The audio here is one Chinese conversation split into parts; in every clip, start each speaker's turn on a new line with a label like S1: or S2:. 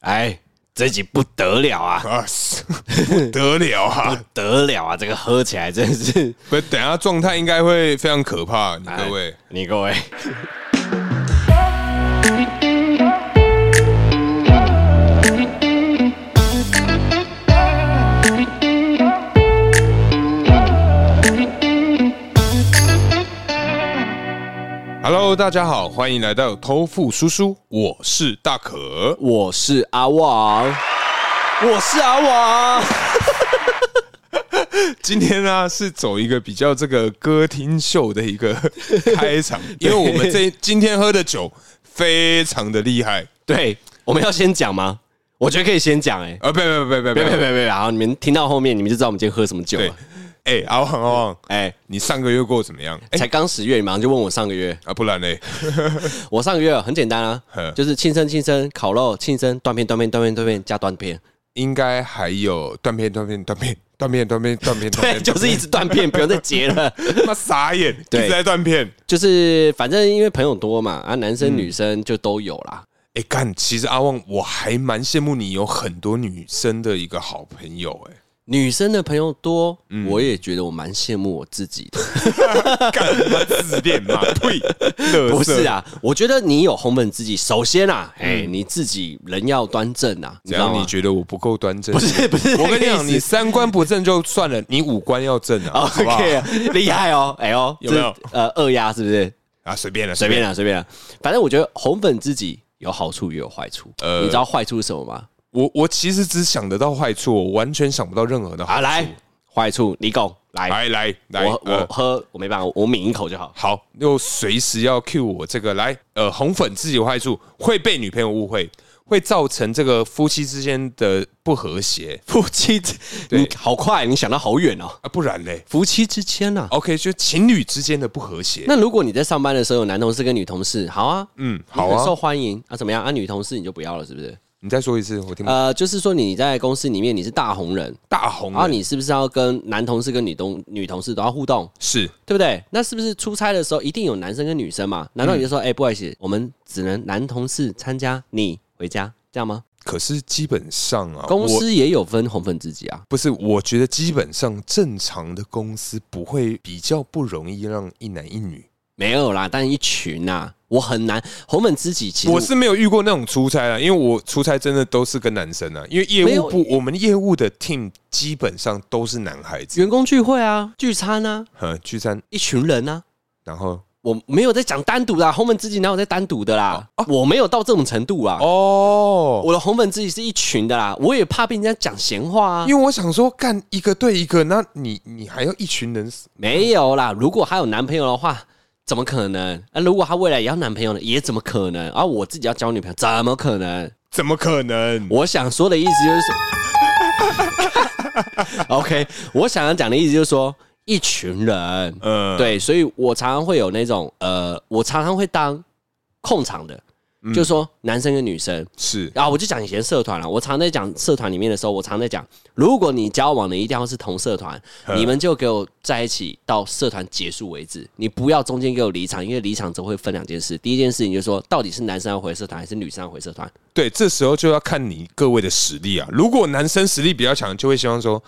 S1: 哎，这集不得了 啊，
S2: 啊，是不得了
S1: 不
S2: 啊！
S1: 得了啊，这个喝起来真是，
S2: 不，等一下状态应该会非常可怕，你 各位。
S1: 哎你各位，
S2: Hello，大家好，欢迎来到偷富叔叔，我是大可。
S1: 我是阿旺，我是阿旺，
S2: 今天呢、是走一个比较这个歌厅秀的一个开 场，因为我们这今天喝的酒非常的厉害
S1: 对，我们要先讲吗？我觉得可以先讲、哎，
S2: 啊！别别别别
S1: 别别
S2: 别
S1: 别别，好，你们听到后面，你们就知道我们今天喝什么酒
S2: 对
S1: 了。，
S2: 哎，阿旺阿旺，
S1: 哎、
S2: 你上个月过得怎么样？哎
S1: 才刚十月，你马上就问我上个月，
S2: 啊，不然嘞，
S1: 我上个月很简单啊
S2: 呵，
S1: 就是庆生庆生烤肉庆生断片断片断片断片加断片，
S2: 应该还有断片断片断片断片断片断片， 断
S1: 对，
S2: 片
S1: 就是一直断片，不用再截了。
S2: 妈傻眼，一
S1: 对
S2: 直在断片。
S1: 就是反正因为朋友多嘛，啊，男
S2: 嗯
S1: 生女生就都有啦。
S2: 哎、干，其实阿旺，我还蛮羡慕你有很多女生的一个好朋友、哎
S1: 女生的朋友多，
S2: 嗯
S1: 我也觉得我蛮羡慕我自己的。
S2: 哎，干你妈自恋嘛？呸，乐色
S1: 不是，啊，我觉得你有红粉知己，首先啊，哎，你自己人要端正啊，你
S2: 只
S1: 知道
S2: 要
S1: 吗
S2: 嗯你？觉得我不够端正，
S1: 不是不是，
S2: 我跟你
S1: 这
S2: 讲，
S1: 个意
S2: 你
S1: 思
S2: 三观不正就算了，你五官要正啊，好不好？
S1: OK 啊厉害哦，哎呦，
S2: 有没有
S1: 这？呃，二丫是不是？
S2: 啊，随便了，
S1: 随便。啦，随便啦，反正我觉得红粉知己有好处也有坏处。
S2: 呃
S1: 你知道坏处是什么吗？
S2: 我我其实只想得到坏处，我完全想不到任何的好
S1: 啊，来，坏处你讲，来，
S2: 来来来，
S1: 我我
S2: 呃
S1: 喝，我没办法，我抿一口就好。
S2: 好，又随时要 cue 我这个来，呃，红粉自己有坏处，会被女朋友误会，会造成这个夫妻之间的不和谐
S1: 夫妻之，
S2: 对
S1: 你好快，你想到好远哦。
S2: 啊，不然嘞
S1: 夫妻之间啊呐、
S2: ，OK，就情侣之间的不和谐。
S1: 那如果你在上班的时候有男同事跟女同事，好啊，
S2: 嗯，
S1: 你
S2: 好
S1: 很
S2: 啊
S1: 受，欢迎啊，怎么样啊？女同事你就不要了，是不是？
S2: 你再说一次，我听不
S1: 呃，就是说你在公司里面你是大红人，
S2: 大红
S1: 然后
S2: 人
S1: 你是不是要跟男同事跟女同女同事都要互动，
S2: 是
S1: 对不对？那是不是出差的时候一定有男生跟女生嘛？难道你就
S2: 嗯
S1: 说，哎、不好意思，我们只能男同事参加，你回家这样吗？
S2: 可是基本上啊，
S1: 公
S2: 我
S1: 司也有分红粉知己啊。
S2: 不是，我觉得基本上正常的公司不会比较不容易让一男一女。
S1: 没有啦，但一群呐、啊，我很难红粉知己。其实
S2: 我是没有遇过那种出差啊，因为我出差真的都是跟男生啊，因为业
S1: 没
S2: 务
S1: 有
S2: 部我们业务的 team 基本上都是男孩子，
S1: 员工聚会啊，聚餐啊，
S2: 嗯，聚餐，
S1: 一群人啊。
S2: 然后
S1: 我没有在讲单独啊啦，红粉知己哪有在单独的啦？我没有到这种程度啊。
S2: 哦，
S1: 我的红粉知己是一群的啦，我也怕被人家讲闲话啊。
S2: 因为我想说干一个对一个，那你你还要一群人
S1: 没有啦，如果她有男朋友的话，怎么可能？啊，如果她未来也要男朋友呢，也怎么可能？啊，我自己要交女朋友，怎么可能？
S2: 怎么可能？
S1: 我想说的意思就是说 ，OK，我想要讲的意思就是说，一群人，
S2: 呃，
S1: 对，所以我常常会有那种呃，我常常会当控场的，就是说男生跟女生。
S2: 是
S1: 啊，我就讲以前社团了。我常在讲社团里面的时候，我常在讲，如果你交往的一定要是同社团，
S2: 嗯
S1: 你们就给我在一起到社团结束为止，你不要中间给我离场，因为离场只会分两件事。第一件事情就是说，到底是男生要回社团还是女生要回社团？
S2: 对，这时候就要看你各位的实力啊。如果男生实力比较强，就会希望说，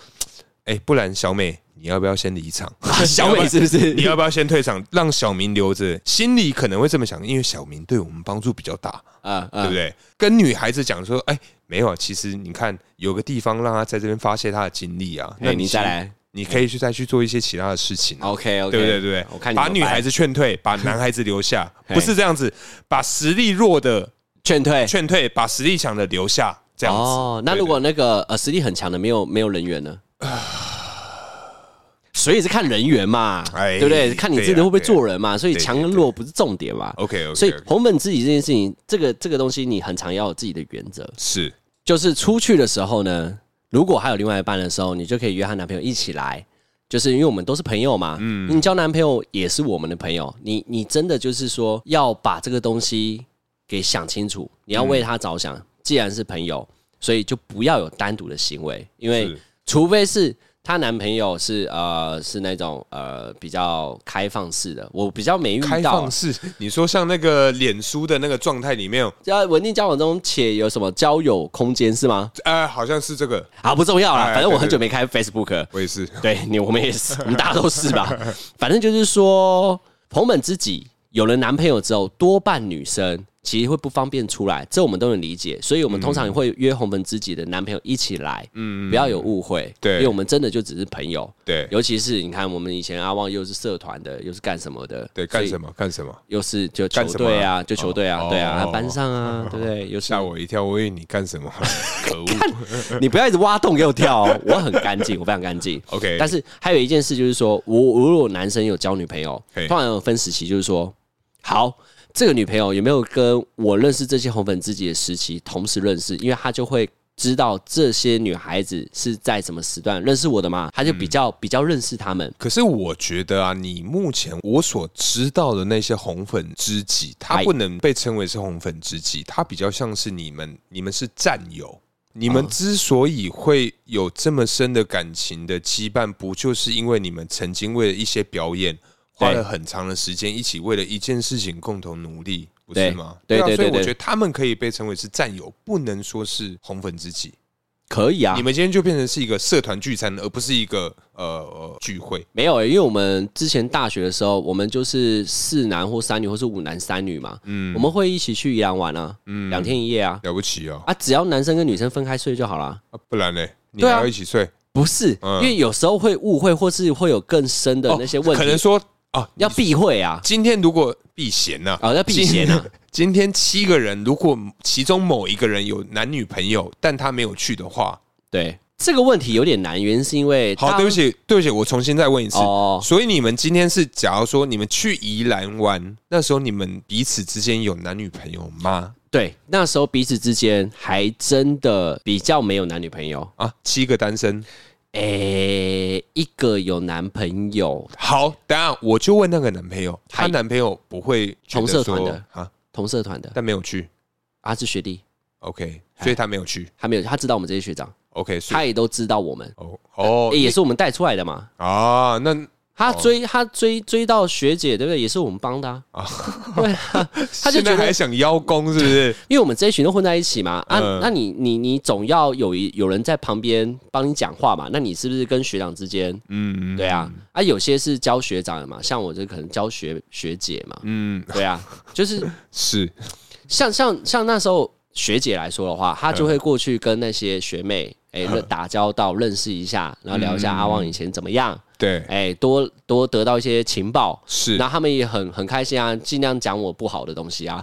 S2: 哎、不然小美，你要不要先离场？
S1: 小美是不是
S2: 你要不要先退场，让小明留着？心里可能会这么想，因为小明对我们帮助比较大，
S1: 啊
S2: 对
S1: 啊
S2: 不，对？跟女孩子讲说，哎、没有，啊，其实你看有个地方让他在这边发泄他的精力啊。
S1: 哎你再来，
S2: 你可以去再去做一些其他的事情啊。
S1: ，OK OK，哦
S2: 对不对？对不对？
S1: 我看你
S2: 把
S1: 怎么
S2: 女孩
S1: 办
S2: 子劝退，把男孩子留下，
S1: 嘿
S2: 不是这样子，把实力弱的
S1: 劝退。
S2: 劝退，把实力强的留下，这样子。
S1: 哦，那
S2: 对
S1: 如果那个呃实力很强的没有没有人缘 呢？所以是看人缘嘛，
S2: 哎
S1: 对不对？看你自己
S2: 对啊
S1: 会不会
S2: 对啊
S1: 做人嘛。所以
S2: 对
S1: 强
S2: 对
S1: 跟
S2: 对
S1: 弱不是重点嘛。
S2: OK OK，
S1: 所以红粉知己这件事情，这个这个东西，你很常要有自己的原则，
S2: 是
S1: 就是出去的时候呢，如果还有另外一半的时候，你就可以约她男朋友一起来，就是因为我们都是朋友嘛，嗯，你交男朋友也是我们的朋友，你你真的就是说要把这个东西给想清楚，你要为他着想，
S2: 嗯
S1: 既然是朋友，所以就不要有单独的行为，因为
S2: 是
S1: 除非是。她男朋友是呃是那种呃比较开放式的，我比较没遇
S2: 开
S1: 到啊
S2: 放。式，你说像那个脸书的那个状态里面有，
S1: 要稳定交往中且有什么交友空间是吗？
S2: 呃，好像是这个，
S1: 啊，不重要啦，
S2: 哎
S1: 反正我很
S2: 对对
S1: 久没开 Facebook 了。
S2: 我也是。
S1: 对你，我们也是，我们大家都是 吧。反正就是说，朋友们自己有了男朋友之后，多半女生其实会不方便出来，这我们都能理解。所以我们通
S2: 嗯
S1: 常会约红粉知己的男朋友一起来，嗯，不要有误会，
S2: 对
S1: 因为我们真的就只是朋友。
S2: 对
S1: 尤其是你看，我们以前阿旺又是社团的，又是干什么的？
S2: 对，干什
S1: 么？
S2: 么干什么？
S1: 又是就球
S2: 干什么
S1: 队啊，
S2: 啊
S1: 就球队啊
S2: 哦，
S1: 对啊，
S2: 哦
S1: 班上啊，对不对？又是
S2: 吓我一跳，我以为你干什么？ 可恶！
S1: 你不要一直挖洞给我跳哦，我很干净，我非常干净。
S2: OK
S1: 但是还有一件事就是说，我我如果男生有交女朋友，
S2: 嘿
S1: 通常有分时期，就是说，好，这个女朋友有没有跟我认识这些红粉知己的时期同时认识？因为他就会。知道这些女孩子是在什么时段认识我的嘛？他就比较、比较认识她们。
S2: 可是我觉得啊，你目前我所知道的那些红粉知己，他
S1: 哎
S2: 不能被称为是红粉知己，他比较像是你们，你们是战友。你们之所以会有这么深的感情的羁绊，不就是因为你们曾经为了一些表演花了很长的时间，一起为了一件事情共同努力，不是
S1: 对
S2: 吗？
S1: 对
S2: 啊，
S1: 对
S2: 所以
S1: 对
S2: 我
S1: 对
S2: 觉得他们可以被称为是战友，不能说是红粉知己。
S1: 可以啊，
S2: 你们今天就变成是一个社团聚餐，而不是一个呃呃聚会。
S1: 没有、欸，因为我们之前大学的时候，我们就是四男或三女，或是五男三女嘛。嗯，我们会一起去宜兰玩啊，嗯，两天一夜啊。
S2: 了不起哦，
S1: 啊，只要男生跟女生分开睡就好啦。
S2: 啊不然嘞，你
S1: 对
S2: 还
S1: 啊
S2: 要一起睡？
S1: 不是，因为有时候会误会，或是会有更深的那些问
S2: 哦可能
S1: 题，
S2: 说啊，
S1: 要避讳啊，
S2: 今天如果避嫌呐、
S1: 啊，要避嫌啊。
S2: 今天七个人，如果其中某一个人有男女朋友，但他没有去的话，
S1: 对，这个问题有点难，原因是因为
S2: 好，
S1: 大
S2: 对不起，对不起，我重新再问一次。
S1: 哦，
S2: 所以你们今天是，假如说你们去宜兰玩，那时候你们彼此之间有男女朋友吗？
S1: 对，那时候彼此之间还真的比较没有男女朋友，
S2: 啊，七个单身。
S1: 诶、一个有男朋友，
S2: 好，等一下我就问那个男朋友，她
S1: 嗨
S2: 男朋友不会觉得
S1: 同社
S2: 说
S1: 团的
S2: 啊，
S1: 同社团的，
S2: 但没有去
S1: 啊，是学弟，
S2: ，OK，所以他没有去
S1: 他没有，他知道我们这些学长，
S2: ，OK，所以
S1: 他也都知道我们，
S2: 哦哦哦
S1: 诶也是我们带出来的嘛。
S2: 啊，那
S1: 他追他追追到学姐，对不对？也是我们帮的啊。
S2: 哦
S1: 对 啊，他就
S2: 现在
S1: 觉得
S2: 还，想邀功是不是？
S1: 因为我们这一群都混在一起嘛，啊，
S2: 嗯
S1: 那你你你总要有一有人在旁边帮你讲话嘛，那你是不是跟学长之间？
S2: 嗯，
S1: 对啊，啊，有些是教学长的嘛，像我这可能教学学姐嘛，
S2: 嗯，
S1: 对啊，就是
S2: 是
S1: 像像像那时候学姐来说的话，她就会过去跟那些学妹哎、
S2: 嗯
S1: 那打交道，认识一下，然后聊一下阿旺以前怎么样，
S2: 对，
S1: 哎、多多得到一些情报。
S2: 是
S1: 然后他们也很很开心啊，尽量讲我不好的东西啊，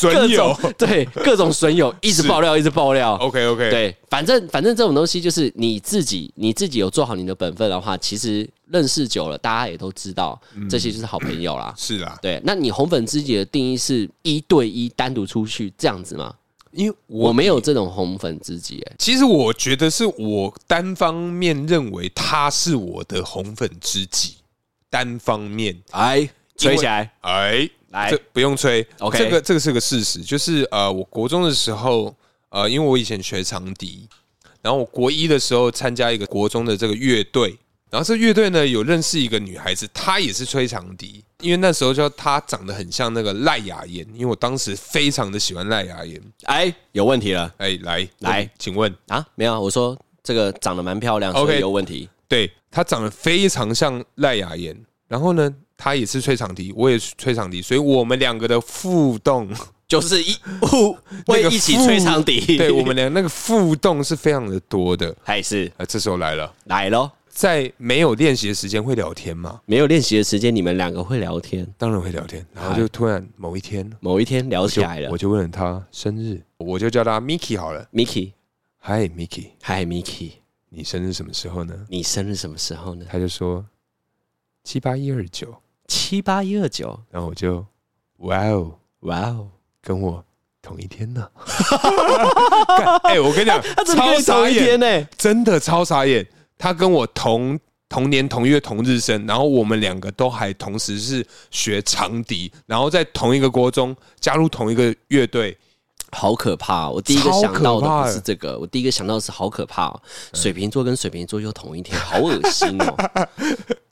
S1: 各
S2: 损友
S1: 种。对各种损友一直爆料，一直爆料。
S2: OK OK，，
S1: 对，反正反正这种东西就是你自己你自己有做好你的本分的话，其实认识久了，大家也都知道
S2: 嗯
S1: 这些就是好朋友啦。
S2: 是啦，
S1: 对，那你红粉知己的定义是一对一单独出去这样子吗？
S2: 因为
S1: 我
S2: 我
S1: 没有这种红粉知己、欸，
S2: 其实我觉得是我单方面认为他是我的红粉知己，单方面，
S1: 哎，
S2: 吹起
S1: 来，
S2: 哎，
S1: 来
S2: 这不用吹
S1: OK
S2: 这个这个是个事实，就是呃，我国中的时候，呃，因为我以前学长笛，然后我国一的时候参加一个国中的这个乐队，然后这乐队呢有认识一个女孩子，她也是吹长笛，因为那时候就她长得很像那个赖雅妍，因为我当时非常的喜欢赖雅妍。
S1: 哎，有问题了
S2: 哎，来
S1: 来，
S2: 请问，
S1: 啊？没有啊，我说这个长得蛮漂亮
S2: OK
S1: 所以有问题。
S2: 对她长得非常像赖雅妍，然后呢，她也是吹长笛，我也是吹长笛，所以我们两个的互动。
S1: 就是一 互
S2: 那
S1: 会
S2: 个
S1: 一起
S2: 腹
S1: 吹长笛，
S2: 对我们俩那个互动是非常的多的。
S1: 还是
S2: 呃，这时候来了，
S1: 来咯。
S2: 在没有练习的时间会聊天吗？
S1: 没有练习的时间，你们两个会聊天。
S2: 当然会聊天。然后就突然某一天，
S1: 某一天聊起
S2: 就
S1: 来了
S2: 我就问了他生日，我就叫他 Miki 好了。
S1: ，Miki，
S2: 嗨，Miki，
S1: 嗨，Miki，
S2: 你生日什么时候呢？
S1: 你生日什么时候呢？
S2: 他就说七八一二九。
S1: 七八一二九，
S2: 然后我就哇哦，
S1: 哇哦！
S2: 跟我同一天 呢。 干哎、我跟你讲，
S1: 他
S2: 超傻眼，
S1: 呢、
S2: 真的超傻眼。他跟我同同年同月同日生，然后我们两个都还同时是学长笛，然后在同一个国中加入同一个乐队，
S1: 好可怕哦、我第一个想到
S2: 超可怕
S1: 的
S2: 的
S1: 不是这个，我第一个想到的是好可怕、哦。水瓶座跟水瓶座又同一天，好恶心 哦，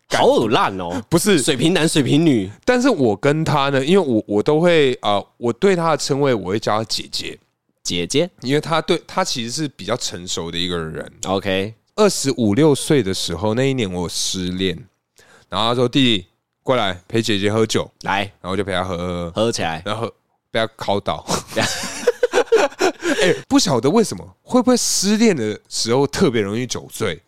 S1: 好恶烂哦。
S2: 不是
S1: 水瓶男、水瓶女，
S2: 但是我跟他呢，因为我我都会啊、呃我对他的称谓我会叫他姐姐，
S1: 姐姐
S2: 因为他对他其实是比较成熟的一个人。
S1: ，OK，
S2: 二十五六岁的时候，那一年我失恋，然后他说：“弟弟过来陪姐姐喝酒。
S1: 来”
S2: 然后我就陪他喝喝喝，
S1: 喝起来。
S2: 然后被他考倒。 哎、不晓得为什么，会不会失恋的时候特别容易酒醉？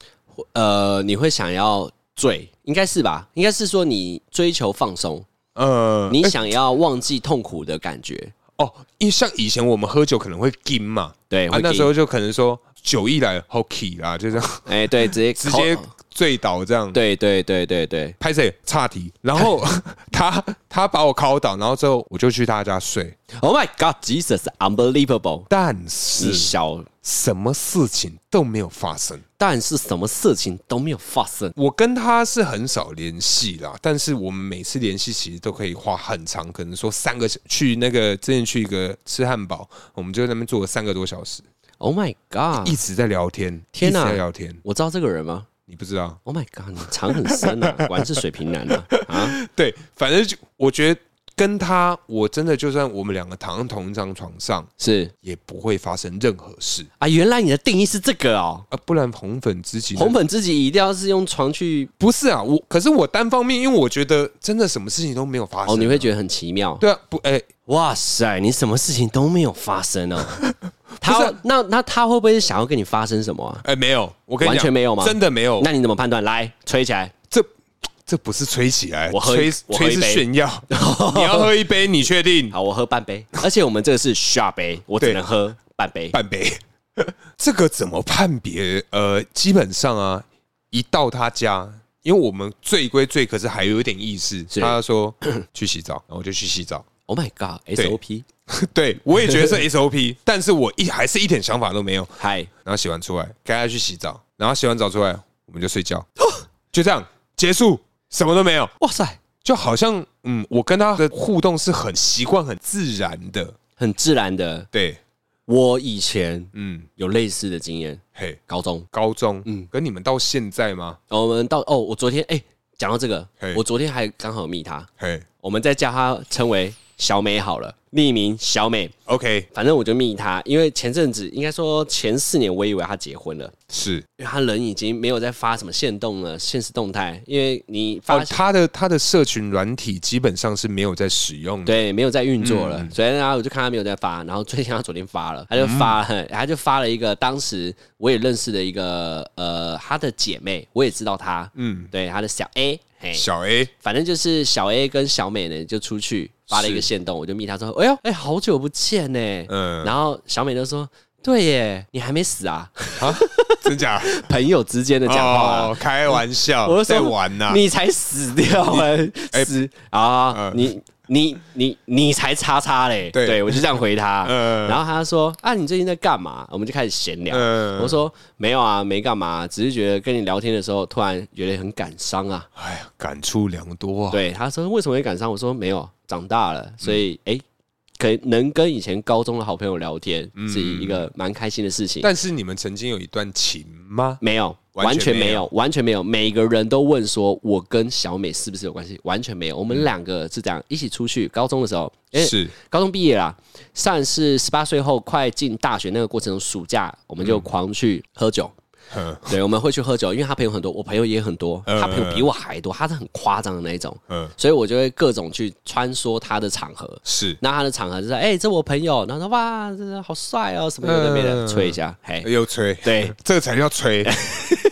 S1: 呃，你会想要醉，应该是吧？应该是说你追求放松，
S2: 呃，
S1: 你想要忘记痛苦的感觉。
S2: 哦，因为像以前我们喝酒可能会禁嘛，
S1: 对，
S2: 啊
S1: 会，
S2: 那
S1: 给
S2: 时候就可能说酒一来好 key 啦，就这样。
S1: 哎、对，直接
S2: 直接
S1: 口
S2: 醉倒这样。，
S1: 对对对对对，
S2: 拍谁岔题，然 后他他把我敲倒，然后之后我就去他家睡。
S1: Oh my God, Jesus, unbelievable！
S2: 但
S1: 你
S2: 是
S1: 小，
S2: 什么事情都没有发生，
S1: 但是什么事情都没有发生。
S2: 我跟他是很少联系啦，但是我们每次联系其实都可以花很长，可能说三个去那个之前去一个吃汉堡，我们就在那边坐了三个多小时，
S1: Oh my God！
S2: 一直在聊天，
S1: 天
S2: 哪，
S1: 哪
S2: 在聊天，
S1: 我知道这个人吗
S2: 你不知道？
S1: ？Oh my God！你藏很深 啊，果然是水瓶男啊！啊，
S2: 对，反正就我觉得跟他，我真的就算我们两个躺在同一张床上，
S1: 是
S2: 也不会发生任何事
S1: 啊，原来你的定义是这个哦。
S2: 啊！不然红粉知己呢
S1: 红粉知己一定要是用床去
S2: 不是啊，我可是我单方面，因为我觉得真的什么事情都没有发生啊、
S1: 哦，你会觉得很奇妙。
S2: 对啊，不哎、
S1: 哇塞，你什么事情都没有发生 哦。他
S2: 不是啊
S1: 要那那他会不会想要跟你发生什么啊？
S2: 哎、没有，我跟你讲
S1: 完全没有吗
S2: 真的没有，
S1: 那你怎么判断？来吹起来，
S2: 这这不是吹起来，
S1: 我喝
S2: 吹
S1: 一我喝
S2: 吹
S1: 一
S2: 是
S1: 杯
S2: 炫耀， 你要喝一杯，你确定
S1: 好，我喝半杯，而且我们这个是 shot 杯，我只
S2: 对
S1: 能喝半杯。
S2: 半杯？ 这个怎么判别？呃，基本上啊，一到他家。因为我们醉归醉，可是还有一点意识。
S1: 是
S2: 他说去洗澡，然后我就去洗澡。
S1: Oh my god，SOP，
S2: 对我也觉得是 SOP，但是我一还是一点想法都没有。
S1: 嗨，
S2: 然后洗完出来，该他去洗澡，然后洗完澡出来，我们就睡觉， 就这样结束，什么都没有，
S1: 哇塞，
S2: 就好像嗯，我跟他的互动是很习惯、很自然的，
S1: 很自然的。
S2: 对，
S1: 我以前
S2: 嗯，
S1: 有类似的经验，
S2: 嘿，
S1: 高中，
S2: 高中，嗯，跟你们到现在吗？
S1: 我们到哦，我昨天哎，讲到这个
S2: 嘿，
S1: 我昨天还刚好密他，
S2: 嘿
S1: 我们再叫他称为小美好了，匿名小美。
S2: ，OK，
S1: 反正我就密他，因为前阵子应该说前四年，我以为他结婚了，
S2: 是，
S1: 因为他人已经没有在发什么现动了，现实动态，因为你发、
S2: 哦，他的他的社群软体基本上是没有在使用的，
S1: 对没有在运作了，
S2: 嗯
S1: 所以然后我就看他没有在发，然后最近他昨天发了，他就发了，
S2: 嗯
S1: 他就发了一个当时我也认识的一个呃他的姐妹，我也知道她，嗯，对她的小 A，嘿，
S2: 小 A
S1: 反正就是小 A 跟小美呢就出去发了一个线动，我就密她说，哎呦，哎好久不见呢，
S2: 嗯
S1: 然后小美就说。对耶，你还没死啊？
S2: 啊，真假？
S1: 朋友之间的讲话啊、
S2: 哦，开玩笑，
S1: 我就
S2: 在
S1: 说
S2: 玩呐，
S1: 你才死掉哎、 死啊！
S2: 嗯
S1: 你你你你才叉叉嘞！
S2: 对
S1: 我就这样回他。
S2: 嗯
S1: 然后他说：“啊，你最近在干嘛？”我们就开始闲聊。
S2: 嗯
S1: 我说：“没有啊，没干嘛，只是觉得跟你聊天的时候，突然觉得很感伤啊。
S2: 哎呀，感触良多啊，
S1: 对，他说：“为什么会感伤？”我说：“没有，长大了，所以哎。可能跟以前高中的好朋友聊天，是一个蛮开心的事情。
S2: 但是你们曾经有一段情吗？
S1: 没有，
S2: 完
S1: 完
S2: 全
S1: 全
S2: 没
S1: 没
S2: 有
S1: 有，完全没有。每个人都问说，我跟小美是不是有关系？完全没有。我
S2: 嗯
S1: 们两个是这样一起出去，高中的时候，诶，
S2: 是
S1: 高中毕业啦，算是十八岁后快进大学那个过程中，暑假我们
S2: 嗯
S1: 就狂去喝酒。
S2: 哼
S1: 对，我们会去喝酒，因为他朋友很多，我朋友也很多，
S2: 嗯
S1: 他朋友比我还多，他是很夸张的那一种，
S2: 嗯
S1: 所以我就会各种去穿梭他的场合。
S2: 是，
S1: 那他的场合就是，哎、这我朋友，然后说哇，这个好帅哦，什么有的没的，
S2: 嗯
S1: 吹一下，嘿，
S2: 又吹，
S1: 对，
S2: 这个才 叫吹，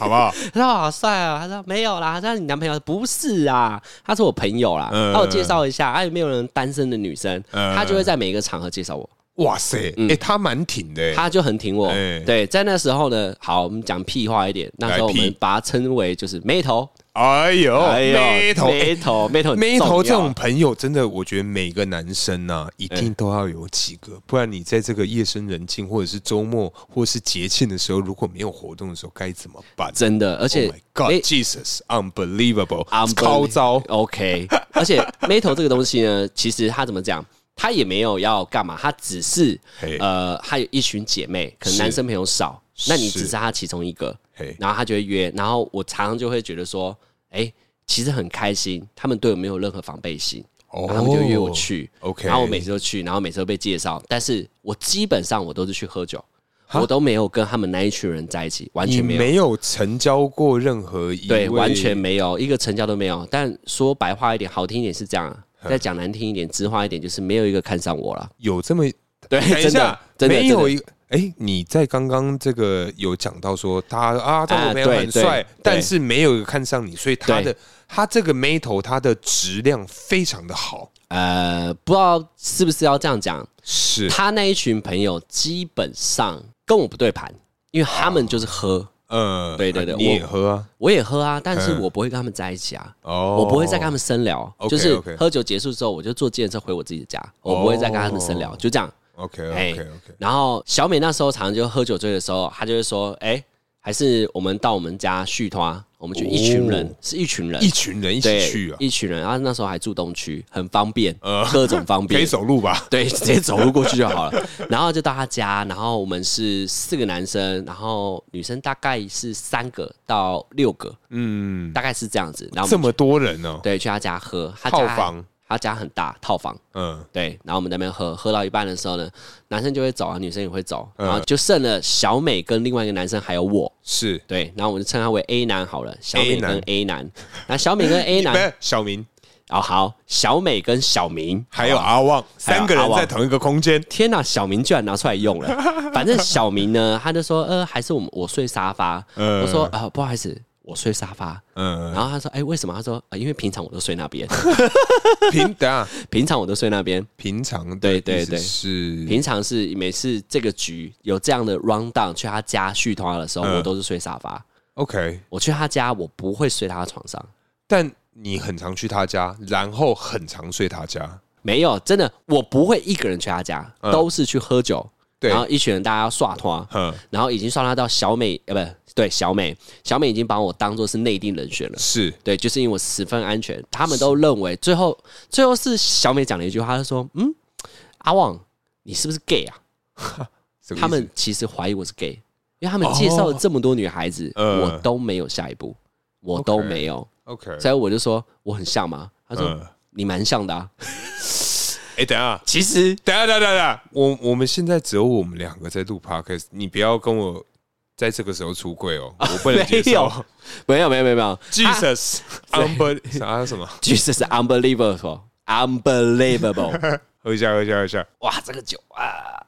S2: 好不好？
S1: 他说好帅啊！他说没有啦，他是你男朋友不是啊，他是我朋友啦。
S2: 嗯
S1: 他我介绍一下，啊有没有人单身的女生？
S2: 嗯
S1: 他就会在每一个场合介绍我，
S2: 哇塞，哎，他蛮挺的欸，
S1: 嗯他就很挺我
S2: 哎。
S1: 对，在那时候呢，好，我们讲屁话一点，那时候我
S2: 来屁
S1: 们把它称为就是妹头，
S2: 哎呦，妹
S1: 呦
S2: 头，
S1: 妹头，妹头很重要，啊嗯
S2: 眉头这种朋友，真的，我觉得每个男生呐，一定都要有几个，不然你在这个夜深人静，或者是周末，或是节庆的时候，如果没有活动的时候，该怎么办？
S1: 真的，而
S2: Oh
S1: 且
S2: my God,
S1: 妹
S2: Jesus, unbelievable，
S1: unbelievable
S2: 超糟
S1: OK，而且 metal 这个东西呢，其实它怎么讲？他也没有要干嘛，他只是
S2: 嘿
S1: 呃，还有一群姐妹，可能
S2: 是
S1: 男生朋友少，那你只
S2: 是
S1: 是他其中一个，
S2: 嘿，
S1: 然后他就会约，然后我常常就会觉得说，哎、其实很开心，他们对我没有任何防备心，
S2: 哦
S1: 然后他们就约我去、
S2: ，OK，
S1: 然后我每次都去，然后每次都被介绍，但是我基本上我都是去喝酒，我都没有跟他们那一群人在一起，完
S2: 你
S1: 全没有，
S2: 没有成交过任何一
S1: 对，
S2: 位
S1: 完全没有一个成交都没有。但说白话一点，好听一点是这样啊，再讲难听一点，直话一点就是没有一个看上我了。
S2: 有这么
S1: 对，
S2: 等一
S1: 真的
S2: 下，，
S1: 真的
S2: 没
S1: 真
S2: 有
S1: 的
S2: 一个。哎，你在刚刚这个有讲到说他啊，他
S1: 啊
S2: 我朋友
S1: 对
S2: 很
S1: 对
S2: 帅
S1: 对，
S2: 但是没有一个看上你，所以他
S1: 对
S2: 的他这个眉头他的质量非常的好，
S1: 呃，不知道是不是要这样讲。
S2: 是
S1: 他那一群朋友基本上跟我不对盘，因为他
S2: 哦
S1: 们就是喝，
S2: 呃，
S1: 对对对
S2: 你
S1: 我
S2: 也喝啊，
S1: 我也喝啊，但是我不会跟他们在一起啊。
S2: 嗯哦，
S1: 我不会再跟他们深聊
S2: OK，
S1: 就是
S2: OK
S1: 喝酒结束之后，我就坐计程车回我自己的家，我不会再跟他们深聊，就这样。
S2: OK
S1: 哎
S2: OK OK，
S1: 然后小美那时候常常就喝酒醉的时候，她就会说：“哎、还是我们到我们家续团，我们就一群人，
S2: 哦
S1: 是一群人，
S2: 一群人一
S1: 对
S2: 起去啊，呃
S1: 一群人。”然后那时候还住东区，很方便，各种方
S2: 可以
S1: 便。
S2: 走路吧？
S1: 对， 直接走路过去就好了。然后就到她家，然后我们是四个男生，然后女生大概是三个到六个，
S2: 嗯，
S1: 大概是这样子。然后
S2: 这
S1: 我们
S2: 么多人呢，
S1: 对去她家喝，她
S2: 套
S1: 家
S2: 房，
S1: 她家很大，套房。
S2: 嗯，
S1: 对，然后我们在那边喝，喝到一半的时候呢，男生就会走啊，女生也会走，
S2: 嗯
S1: 然后就剩了小美跟另外一个男生还有我，
S2: 是
S1: 对，然后我们就称他为 A 男好了，小美
S2: A 男
S1: 跟 A 男，那小美跟 A
S2: 不
S1: 男，
S2: 是小明
S1: 哦好，小美跟小明，
S2: 还有阿旺
S1: 还有
S2: 三个
S1: 阿
S2: 人
S1: 旺
S2: 在同一个空间，
S1: 天呐，小明居然拿出来用了，反正小明呢，他就说，呃，还是我们我睡沙发，
S2: 嗯
S1: 我说啊、呃不好意思，我睡沙发。
S2: 嗯，
S1: 然后他说：“哎、为什么？”他说：“呃，因为平常我都睡那边，
S2: 平等啊，
S1: 平常我都睡那边，
S2: 平常的
S1: 对对
S2: 意思
S1: 对
S2: 是
S1: 平常是每次这个局有这样的 round down 去他家续通话的时候，
S2: 嗯
S1: 我都是睡沙发。
S2: OK，
S1: 我去他家，我不会睡他的床上。
S2: 但你很常去他家，然后很常睡他家，
S1: 没有，真的，我不会一个人去他家，
S2: 嗯
S1: 都是去喝酒，
S2: 对
S1: 然后一群人大家要耍团，
S2: 嗯，
S1: 然后已经耍他到小美，呃，不对，小美，小美已经把我当做是内定人选了。
S2: 是
S1: 对，就是因为我十分安全，他们都认为最后最后是小美讲了一句话，她说：“嗯，阿旺，你是不是 gay 啊？”
S2: 什么意思
S1: 他们其实怀疑我是 gay，因为他们介绍了这么多女孩子，
S2: 嗯
S1: 我都没有下一步，我都没有，
S2: OK，
S1: 所以我就说我很像吗？他说、
S2: 嗯，
S1: 你蛮像的啊。
S2: 哎，等一下。
S1: 其实
S2: 等一下，等一下，等一下，我我们现在只有我们两个在录 podcast，你不要跟我在这个时候出柜哦，我不能接
S1: 啊没
S2: 受
S1: 有。没有没有没有没有啊
S2: Jesus，unbel 啥什么？
S1: ，Jesus unbelievable unbelievable，
S2: 喝一下，喝一下，喝一下。
S1: 哇，这个酒啊，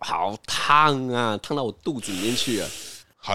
S1: 好烫啊，烫到我肚子里面去啊了。
S2: 好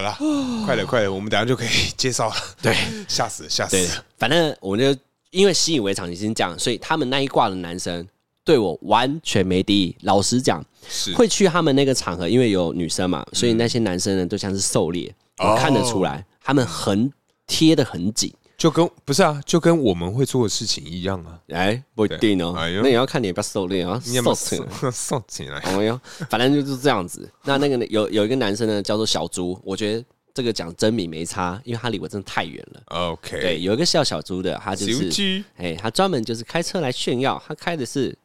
S2: 了，快点，快点，我们等一下就可以介绍了。对，吓死了，吓死
S1: 对
S2: 了。，
S1: 反正我就因为习以为常已经这样，所以他们那一挂的男生对我完全没敌意。老实讲，
S2: 是
S1: 会去他们那个场合，因为有女生嘛，所以那些男生呢都像是狩猎，
S2: 哦
S1: 我看得出来，他们很贴得很紧。
S2: 就跟不是啊，就跟我们会做的事情一样啊。
S1: 哎，不一定哦，
S2: 对哎呦
S1: 那也要看你要不要狩猎啊，
S2: 你有没有
S1: 受死了。
S2: 送 进来？
S1: 哎呦，反正就是这样子。那那个呢有有一个男生呢，叫做小猪，我觉得这个讲真名没差，因为他离我真的太远了。
S2: OK，
S1: 对，有一个叫小猪的，他就
S2: 手
S1: 是
S2: 哎机
S1: 哎，他专门就是开车来炫耀，他开的是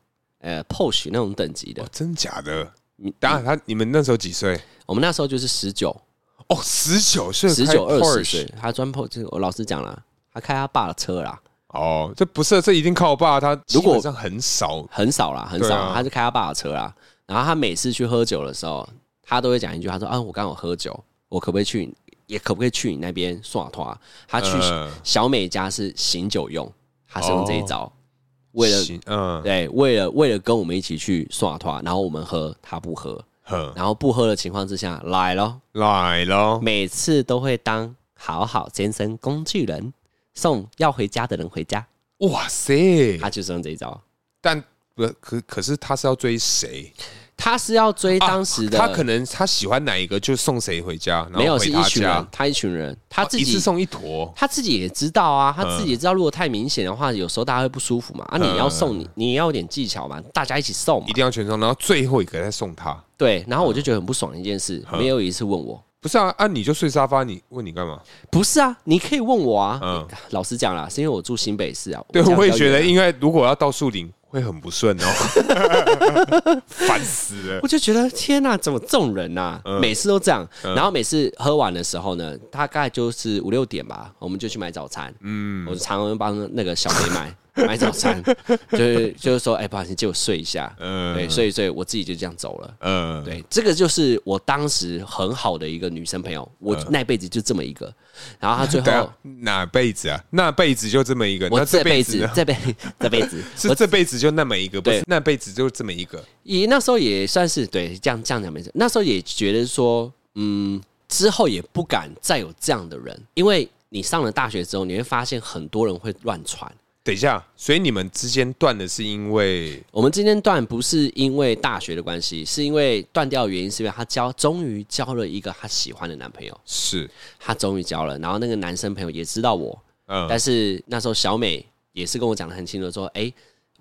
S1: 呃 Porsche 那种等级的
S2: 哦，。真假的
S1: 你？
S2: 当然，他你们那时候几岁？
S1: 我们那时候就是十九，
S2: 哦，十九岁，
S1: 十九
S2: 开
S1: 二十
S2: Porsche
S1: 岁，他专破这个，我老实讲啦，他开他爸的车啦，
S2: 哦，这不是，这一定靠我爸，他
S1: 如果
S2: 基本上很少
S1: 很少啦，很
S2: 对
S1: 少啦，
S2: 啊
S1: 他就开他爸的车啦。然后他每次去喝酒的时候，他都会讲一句，他说：“啊，我刚好喝酒，我可不可以去你，也可不可以去你那边耍团？”他去
S2: 嗯
S1: 小美家是醒酒用，他是用
S2: 哦
S1: 这一招，为了
S2: 行嗯
S1: 对，为了为了跟我们一起去耍团，然后我们喝，他不喝，
S2: 哼
S1: 然后不喝的情况之下来咯，
S2: 来了，
S1: 每次都会当好好先生工具人，送要回家的人回家。
S2: 哇塞！
S1: 他就是用这一招。
S2: 但不可可是他是要追谁？
S1: 他是要追当时的，
S2: 啊他可能他喜欢哪一个就送谁回家，然后
S1: 没有
S2: 回
S1: 是一
S2: 他
S1: 群
S2: 家哦
S1: 人，他一群人，他自
S2: 一次
S1: 己、
S2: 送一嗯坨。
S1: 他自己也知道啊，他自己也知道，如果太明显的话，有时候大家会不舒服嘛。啊，你
S2: 嗯
S1: 要送你，你也要有点技巧嘛，大家一起送嘛
S2: 一。定嗯要全送，然后最后一个再送他。
S1: 对，然后我就觉得很不爽的一件事，
S2: 嗯
S1: 没有一次问我，
S2: 不是啊，啊你就睡沙发，你问你干嘛？
S1: 不是啊，你可以问我啊。
S2: 嗯
S1: 老实讲啦，是因为我住新北市啊，
S2: 对，
S1: 家比较
S2: 我也觉得
S1: 远啊
S2: 应该，如果要到树林，会很不顺哦， 烦死了。
S1: 我就觉得天呐，怎么这种人呐、
S2: 嗯
S1: 每次都这样。然后每次喝完的时候呢，大概就是五六点吧，我们就去买早餐。嗯，我常常帮那个小梅买 买早餐，就是就是说，哎、不好意思，借我睡一下。
S2: 嗯
S1: 对，所以所以我自己就这样走了。
S2: 嗯，
S1: 对，这个就是我当时很好的一个女生朋友，我那辈子就这么一个。然后她最
S2: 嗯 对
S1: 后
S2: 啊，，哪辈子啊？那辈子就这么一个，
S1: 我
S2: 那
S1: 这辈
S2: 辈
S1: 子
S2: 呢
S1: 这辈这辈子，
S2: 是这辈子就那么一个，不
S1: 对
S2: 是那辈子就这么一个。
S1: 也那时候也算是对这样这样讲没事。那时候也觉得说，嗯，之后也不敢再有这样的人，因为你上了大学之后，你会发现很多人会乱传。
S2: 等一下，所以你们之间断的是因为
S1: 我们今天断不是因为大学的关系，是因为断掉的原因是因为她交终于交了一个她喜欢的男朋友，
S2: 是
S1: 她终于交了，然后那个男生朋友也知道我，
S2: 嗯
S1: 但是那时候小美也是跟我讲的很清楚，说，哎、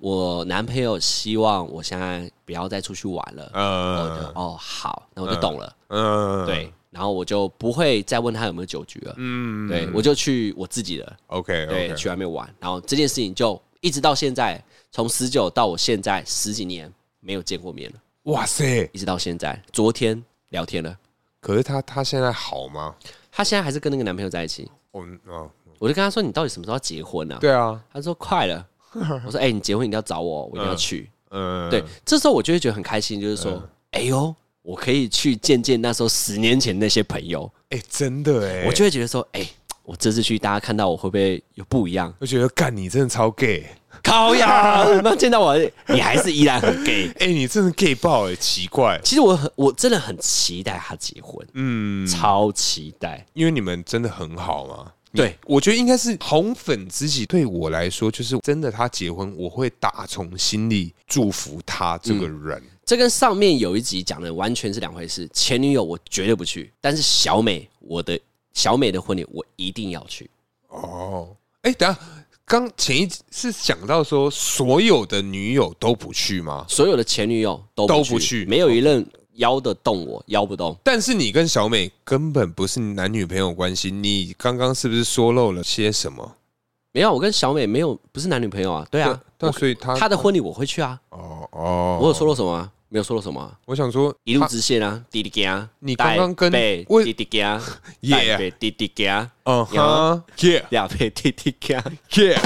S1: 我男朋友希望哎我现在不要再出去玩了。我就
S2: 嗯
S1: 哦好，那我就懂了。
S2: 嗯，
S1: 对，然后我就不会再问他有没有酒局了，
S2: 嗯
S1: 对我就去我自己的，
S2: ，OK
S1: 对，
S2: OK，
S1: 去外面玩，然后这件事情就一直到现在，从十九到我现在十几年没有见过面了，
S2: 哇塞！
S1: 一直到现在，昨天聊天了，
S2: 可是他他现在好吗？
S1: 她现在还是跟那个男朋友在一起，
S2: 哦嗯哦，
S1: 我就跟她说你到底什么时候要结婚啊？
S2: 对啊，
S1: 她说快了，我说哎、你结婚一定要找我，我一定要去，
S2: 嗯，
S1: 对，这时候我就会觉得很开心，就是说，哎呦。我可以去见见那时候十年前那些朋友，
S2: 哎，真的哎，
S1: 我就会觉得说，哎、我这次去，大家看到我会不会有不一 样？
S2: 我觉得干你真的超 gay，
S1: 高呀！那见到我，你还是依然很 gay。
S2: 哎，你真的 gay 爆哎，奇怪，
S1: 其实我很，我真的很期待他结婚，
S2: 嗯，
S1: 超期待。
S2: 因为你们真的很好嘛。
S1: 对，
S2: 我觉得应该是红粉知己，对我来说，就是真的他结婚，我会打从心里祝福他这个人。
S1: 这跟上面有一集讲的完全是两回事。前女友我绝对不去，但是小美，我的小美的婚礼我一定要去。
S2: 哦，哎、等一下，刚前一集是讲到说所有的女友都不去吗？
S1: 所有的前女友都
S2: 都
S1: 去，
S2: 不去
S1: 没有一任邀得动我，邀不动。
S2: 但是你跟小美根本不是男女朋友关系，你刚刚是不是说漏了些什么？
S1: 没有，我跟小美没有不是男女朋友啊，对啊。
S2: 对，所以他
S1: 她的婚礼我会去啊，
S2: 哦哦，
S1: 我有说漏什么、啊？没有说漏什么、啊。
S2: 我想说
S1: 一路
S2: 他
S1: 直线啊，滴滴加，
S2: 你刚刚跟
S1: 台北
S2: 为
S1: 滴滴加，
S2: Yeah
S1: 对滴滴加，
S2: 嗯哈 yeah
S1: 两倍滴滴加，
S2: yeah，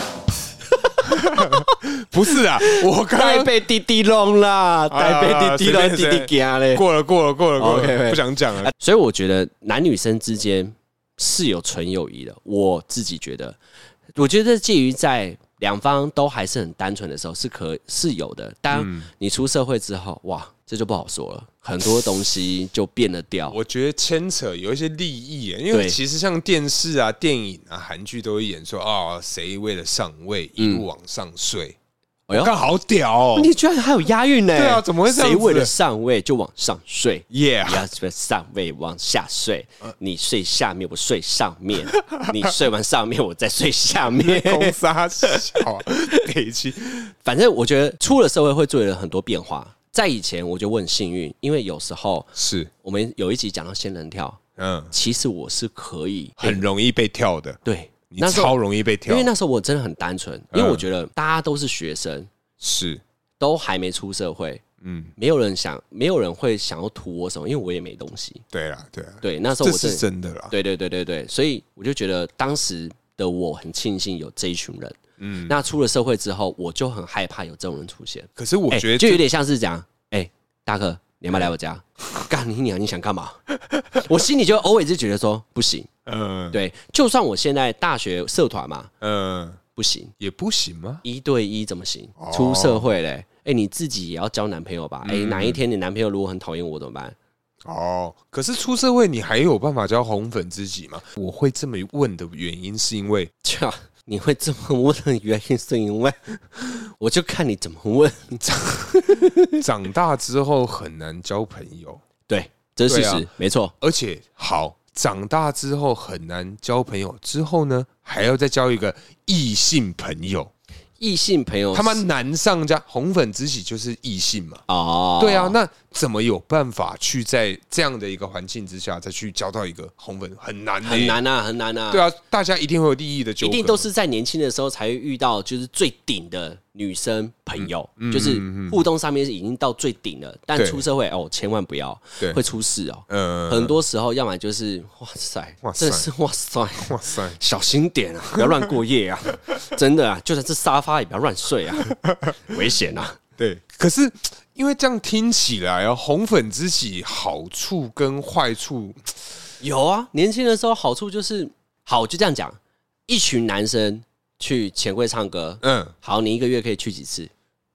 S2: 不是啊，我刚
S1: 台
S2: 刚
S1: 北滴滴龙啦，
S2: 哎
S1: 台
S2: 呀
S1: 北滴滴龙
S2: 随便随
S1: 滴
S2: 便
S1: 滴加 嘞。
S2: 过了过了过了过
S1: 哦 OK，OK
S2: 了，不想讲了。
S1: 所以我觉得男女生之间是有纯友谊的，我自己觉得，我觉得介于在两方都还是很单纯的时候是可是有的。当
S2: 嗯
S1: 你出社会之后，哇，这就不好说了，很多东西就变了调。
S2: 我觉得牵扯有一些利益耶，因为
S1: 对
S2: 其实像电视啊、电影啊、韩剧都会演说啊，谁为了上位一路往上睡，
S1: 哎呦
S2: 看、好 屌哦
S1: 你居然还有押韵呢、
S2: 对啊怎么会这样
S1: 谁
S2: 子
S1: 为了上位就往上睡？你
S2: ，Yeah，
S1: 要是上位往下睡，
S2: 呃
S1: 你睡下面，我睡上 面，你睡完上面，我再睡下面。
S2: 空杀小啊， 北京
S1: 反正我觉得出了社会会做了很多变化。在以前我就我很幸运，因为有时候
S2: 是
S1: 我们有一集讲到仙人跳，
S2: 嗯，
S1: 其实我是可以
S2: 很容易被跳的，
S1: 对，
S2: 你
S1: 那时候
S2: 超容易被跳嗯
S1: 因为，那时候我真的很单纯，因为我觉得大家都是学生，
S2: 是
S1: 都还没出社会，
S2: 嗯，
S1: 没有人想，没有人会想要图我什么，因为我也没东西。
S2: 对啦，对啦，
S1: 对，那时候
S2: 这
S1: 我真
S2: 是
S1: 的
S2: 真的啦，
S1: 对对对对对，所以我就觉得当时的我很庆幸有这一群人。嗯，那出了社会之后，我就很害怕有这种人出现。
S2: 可是我
S1: 哎
S2: 觉得
S1: 就有
S2: 这
S1: 点像是讲，哎、大哥，你要不要来我家？ 干你娘！你想干嘛？ 我心里就 always 就觉得说不行。
S2: 嗯
S1: 对，就算我现在大学社团嘛，
S2: 嗯
S1: 不行，
S2: 也不行吗？
S1: 一对一怎么行？
S2: 哦
S1: 出社会嘞、哎、你自己也要交男朋友吧？
S2: 嗯
S1: 哎、哪一天你男朋友如果很讨厌我怎么办？
S2: 哦，可是出社会你还有办法交红粉知己吗？我会这么问的原因是因为
S1: 这啊你会这么问的原因是因为， 我就看你怎么问。
S2: 长大之后很难交朋友，
S1: 对，这是事实，
S2: 对啊
S1: 没错。
S2: 而且好，长大之后很难交朋友，之后呢还要再交一个异性朋友，
S1: 异性朋友
S2: 他妈难上加红粉知己就是异性嘛。
S1: 哦，
S2: 对啊，那怎么有办法去在这样的一个环境之下再去交到一个红粉，很难、
S1: 很。难啊，很难啊。
S2: 对啊，大家一定会有利益的纠
S1: 一
S2: 葛，
S1: 定都是在年轻的时候才会遇到，就是最顶的女生朋友，
S2: 嗯
S1: 就是互动上面已经到最顶了。但
S2: 对
S1: 出社会哦，千万不要
S2: 对，
S1: 会出事哦。
S2: 呃，
S1: 很多时候，要么就是哇塞，
S2: 哇
S1: 真的
S2: 塞
S1: 是哇塞，
S2: 哇塞，
S1: 小心点啊，不要乱过 夜啊，真的啊，就算是沙发也不要乱睡啊，危险啊。
S2: 对，可是因为这样听起来啊，红粉知己好处跟坏处，
S1: 有啊，年轻的时候好处就是好，就这样讲，一群男生去钱柜唱歌，
S2: 嗯，
S1: 好，你一个月可以去几次？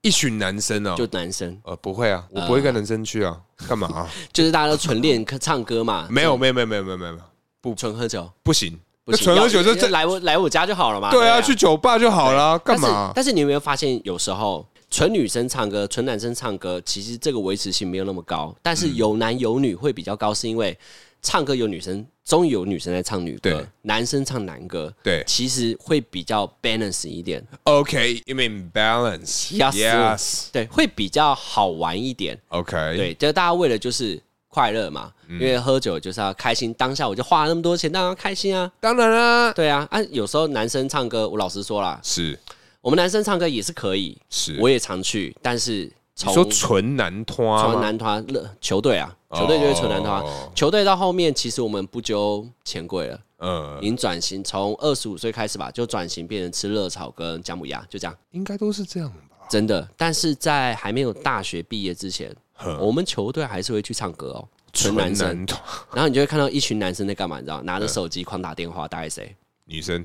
S2: 一群男生啊，
S1: 就男生，
S2: 呃不会啊，我不会跟男生去啊，干嘛 啊？
S1: 就是大家都纯练歌唱歌嘛，
S2: 没有，没有，没有，没有，没有，没有，没有
S1: 纯喝酒。
S2: 不行，
S1: 不
S2: 那
S1: 行
S2: 纯喝酒
S1: 要
S2: 就这，
S1: 来我来我家就好了嘛。
S2: 对啊，去酒吧就好啦，干嘛
S1: 但是
S2: 啊？
S1: 但是你有没有发现，有时候纯女生唱歌、纯男生唱歌，其实这个维持性没有那么高，但是
S2: 嗯
S1: 有男有女会比较高，是因为唱歌有女生，终于有女生在唱女歌
S2: 对，
S1: 男生唱男歌，
S2: 对
S1: 其实会比较 balance 一点，
S2: OK，you mean balance？Yes，OK，、
S1: Yes 对，会比较好玩一点。对，就大家为了就是快乐嘛，
S2: 嗯
S1: 因为喝酒就是要开心，当下我就花了那么多钱，当然要开心啊。
S2: 当然啦，
S1: 对啊，啊，有时候男生唱歌，我老实说啦，
S2: 是
S1: 我们男生唱歌也是可以，
S2: 是，
S1: 我也常去，但是
S2: 你
S1: 从
S2: 说纯男啊拖吗
S1: 纯男团乐球队啊，球队就是纯男团，啊
S2: 哦
S1: 球队到后面其实我们不揪钱柜了，
S2: 呃
S1: 已，经转型，从二十五岁开始吧，就转型变成吃热炒跟姜母鸭，就这样，
S2: 应该都是这样吧？
S1: 真的。但是在还没有大学毕业之前，我们球队还是会去唱歌哦，纯男生，
S2: 团
S1: 然后你就会看到一群男生在干嘛，你知道，拿
S2: 嗯
S1: 着手机狂打电话，打给谁？
S2: 女生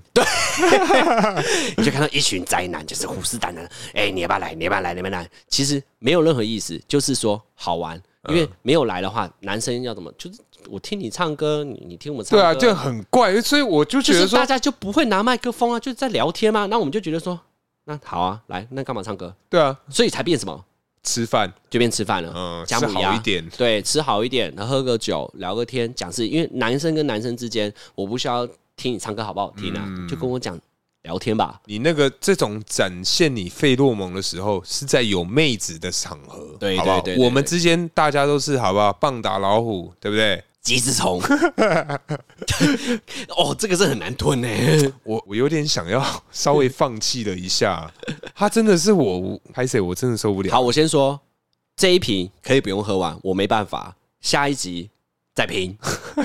S1: 你就看到一群宅男，就是虎视眈眈。哎、你要不要来？你要不要来？你要不要来？其实没有任何意思，就是说好玩。因为没有来的话，男生要怎么？就是我听你唱歌，你你听我们唱
S2: 对
S1: 歌，
S2: 啊，这很怪，所以我就
S1: 就
S2: 觉得
S1: 是
S2: 说
S1: 大，家就不会拿麦克风啊，就是在聊天嘛。那我们就觉得说，那好啊，来，那干嘛唱歌？
S2: 对啊，
S1: 所以才变什么？
S2: 吃饭，
S1: 就变吃饭了，
S2: 嗯，
S1: 姜
S2: 吃
S1: 母
S2: 好
S1: 鸭
S2: 一点，
S1: 对，吃好一点，然后喝个酒，聊个天，讲事。因为男生跟男生之间，我不需要听你唱歌好不好听啊，就跟我讲聊天吧。
S2: 你那个这种展现你费洛蒙的时候，是在有妹子的场合，
S1: 对
S2: 好不好
S1: 对对对
S2: 我们之间大家都是好不好？棒打老虎，对不对？
S1: 鸡之虫。哦，这个是很难吞呢、
S2: 我我有点想要稍微放弃了一下， 他真的是我，拍谁我真的受不了。
S1: 好，我先说这一瓶可以不用喝完，我没办法。下一集再评，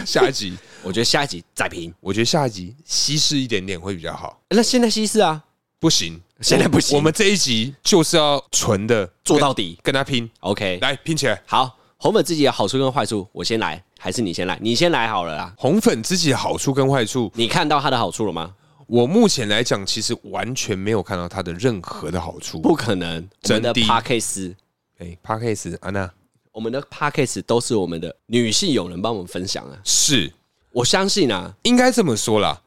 S2: 下一集，
S1: 我觉得下一集再评。
S2: 我觉得下一集稀释一点点会比较好。
S1: 那现在稀释啊，
S2: 不行，
S1: 现在不行
S2: 我们这一集就是要纯的
S1: 做到底。
S2: 跟跟他拼，
S1: OK，
S2: 来拼起来。
S1: 好，红粉自己的好处跟坏处，我先来，还是你先来？你先来好了啦。
S2: 红粉知己的好处跟坏处，
S1: 你看到它的好处了吗？
S2: 我目前来讲，其实完全没有看到它的任何的好处。
S1: 不可能，我们的
S2: 真的
S1: Parkes，
S2: 哎 p a c k a g e 安娜
S1: 我们的 Parkes 都是我们的女性友人帮我们分享啊。
S2: 是
S1: 我相信啊，
S2: 应该这么说啦。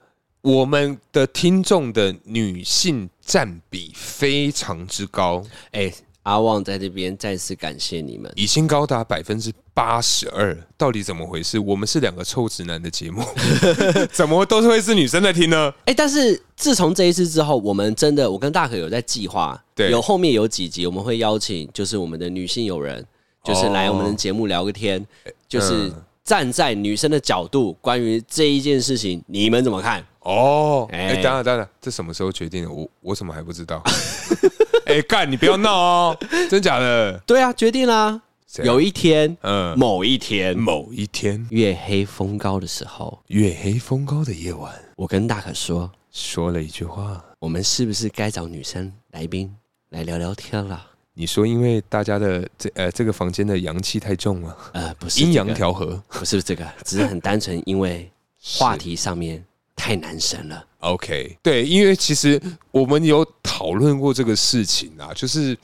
S2: 我们的听众的女性占比非常之高，
S1: 哎、阿旺在这边再次感谢你们。
S2: 已经高达百分之八十二，到底怎么回事？我们是两个臭直男的节目， 怎么都是会是女生在听呢？
S1: 哎、但是自从这一次之后，我们真的，我跟大可有在计划，
S2: 对
S1: 有后面有几集我们会邀请，就是我们的女性友人，就是来
S2: 哦
S1: 我们的节目聊个天，
S2: 哎
S1: 就是
S2: 嗯
S1: 站在女生的角度，关于这一件事情，你们怎么看？
S2: 哦，哎、
S1: 哎
S2: 当然当然，这什么时候决定的？我我怎么还不知道？ 哎、干，你不要闹哦，真假的？
S1: 对啊，决定啦。
S2: 谁啊
S1: 有一天，
S2: 嗯，
S1: 某一天，
S2: 某一天，
S1: 月黑风高的时候，
S2: 月黑风高的夜晚，
S1: 我跟大可说，
S2: 说了一句话。
S1: 我们是不是该找女生来宾来聊聊天了？
S2: 你说，因为大家的这呃这个房间的阳气太重了，
S1: 呃，不是
S2: 阴
S1: 这
S2: 阳
S1: 个
S2: 调和。
S1: 不是这个，只是很单纯，因为话题上面太男神了。
S2: OK，对，因为其实我们有讨论过这个事情啊，就是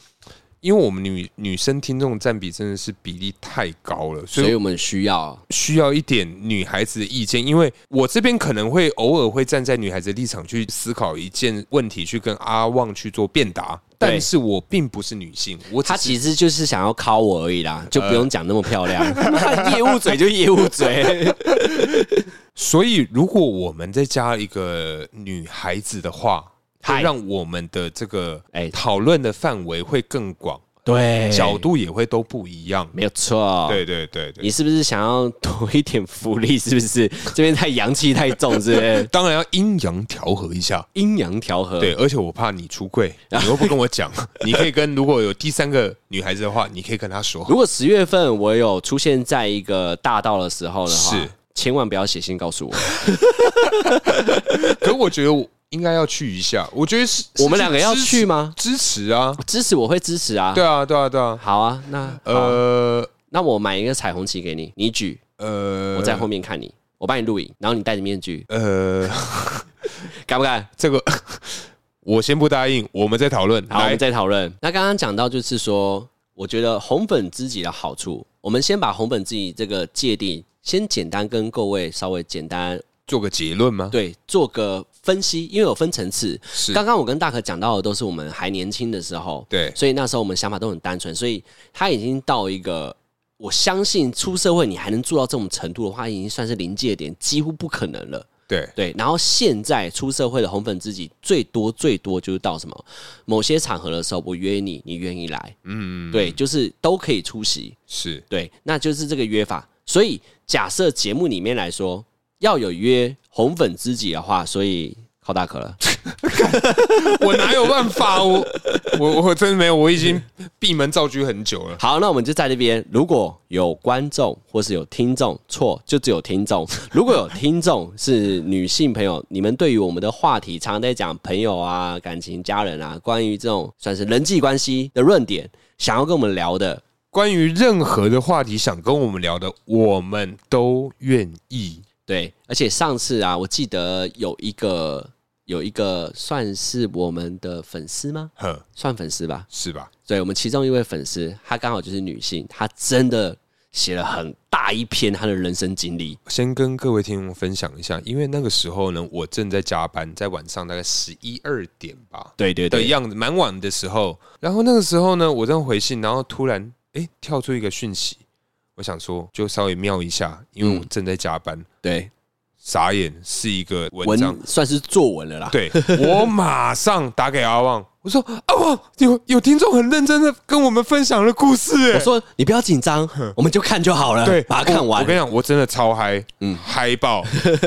S2: 因为我们女女生听众占比真的是比例太高了，所
S1: 所以
S2: 以
S1: 我们需要
S2: 需要一点女孩子的意见。因为我这边可能会偶尔会站在女孩子的立场去思考一件问题，去跟阿旺去做辩答，
S1: 对
S2: 但是我并不是女性，我只
S1: 他
S2: 是呃
S1: 其实就是想要靠我而已啦，就不用讲那么漂亮。 业务嘴就业务嘴，
S2: 所以，如果我们再加一个女孩子的话，
S1: 嗨
S2: 会让我们的这个
S1: 哎
S2: 讨论的范围会更广，
S1: 对，
S2: 角度也会都不一样。
S1: 没有错。
S2: 对对对对，
S1: 你是不是想要多一点福利？是不 是这边太阳气太重，是不是？
S2: 当然要阴阳调和一下。
S1: 阴阳调和，
S2: 对，而且我怕你 出柜，你又不跟我讲，你可以跟如果有第三个女孩子的话，你可以跟 她说。
S1: 如果十月份我有出现在一个大道的时候的话，
S2: 是
S1: 千万不要写信告诉我，
S2: 可我觉得我应该要去一下，我觉得是
S1: 我们两个要去吗？
S2: 支持啊，
S1: 支持我会支持啊。
S2: 对，啊，对啊，对啊。
S1: 好啊，那呃，
S2: 呃
S1: 那我买一个彩虹旗给你，你举，
S2: 呃，
S1: 我在后面看你，我帮你录影，然后你戴着面具，
S2: 呃，
S1: 敢不敢？
S2: 这个 我先不答应，我们再讨论。
S1: 好，我
S2: 来
S1: 们再讨论。那刚刚讲到就是说，我觉得红粉知己的好处，我们先把红粉知己这个界定，先简单跟各位稍微简单
S2: 做个结论吗？
S1: 对做个分析，因为有分层次。
S2: 是
S1: 刚刚我跟大可讲到的都是我们还年轻的时候，
S2: 对
S1: 所以那时候我们想法都很单纯，所以他已经到一个我相信出社会你还能做到这种程度的话，已经算是临界点，几乎不可能了。
S2: 对
S1: 对，然后现在出社会的红粉知己最多最多就是到什么某些场合的时候，我约你，你愿意来，
S2: 嗯，
S1: 对，就是都可以出席，
S2: 是
S1: 对，那就是这个约法。所以假设节目里面来说要有约红粉知己的话，所以靠大可了。
S2: 我哪有办法？我我我真的没有，我已经闭门造车很久了。
S1: 好，那我们就在这边。如果有观众或是有听众，错就只有听众。如果有听众是女性朋友，你们对于我们的话题，常常在讲朋友啊、感情、家人啊，关于这种算是人际关系的论点，想要跟我们聊的，
S2: 关于任何的话题想跟我们聊的，我们都愿意。
S1: 对。而且上次啊，我记得有一个有一个算是我们的粉丝吗？
S2: 哼，
S1: 算粉丝吧。
S2: 是吧？
S1: 对我们其中一位粉丝，她刚好就是女性，她真的写了很大一篇她的人生经历。
S2: 先跟各位听众分享一下，因为那个时候呢，我正在加班，在晚上大概十一二点吧
S1: 对对
S2: 的样子，蛮晚的时候。然后那个时候呢，我正回信，然后突然哎、诶跳出一个讯息，我想说就稍微瞄一下，因
S1: 嗯
S2: 为我正在加班，
S1: 对，
S2: 傻眼是一个文章
S1: 文。算是作文了啦。
S2: 对我马上打给阿旺，我说阿旺有有听众很认真的跟我们分享了故事、
S1: 我
S2: 诶
S1: 说你不要紧张，我们就看就好了，
S2: 对，
S1: 把它看
S2: 我
S1: 完
S2: 我跟。你讲，我真的超嗨，嗯，嗨爆！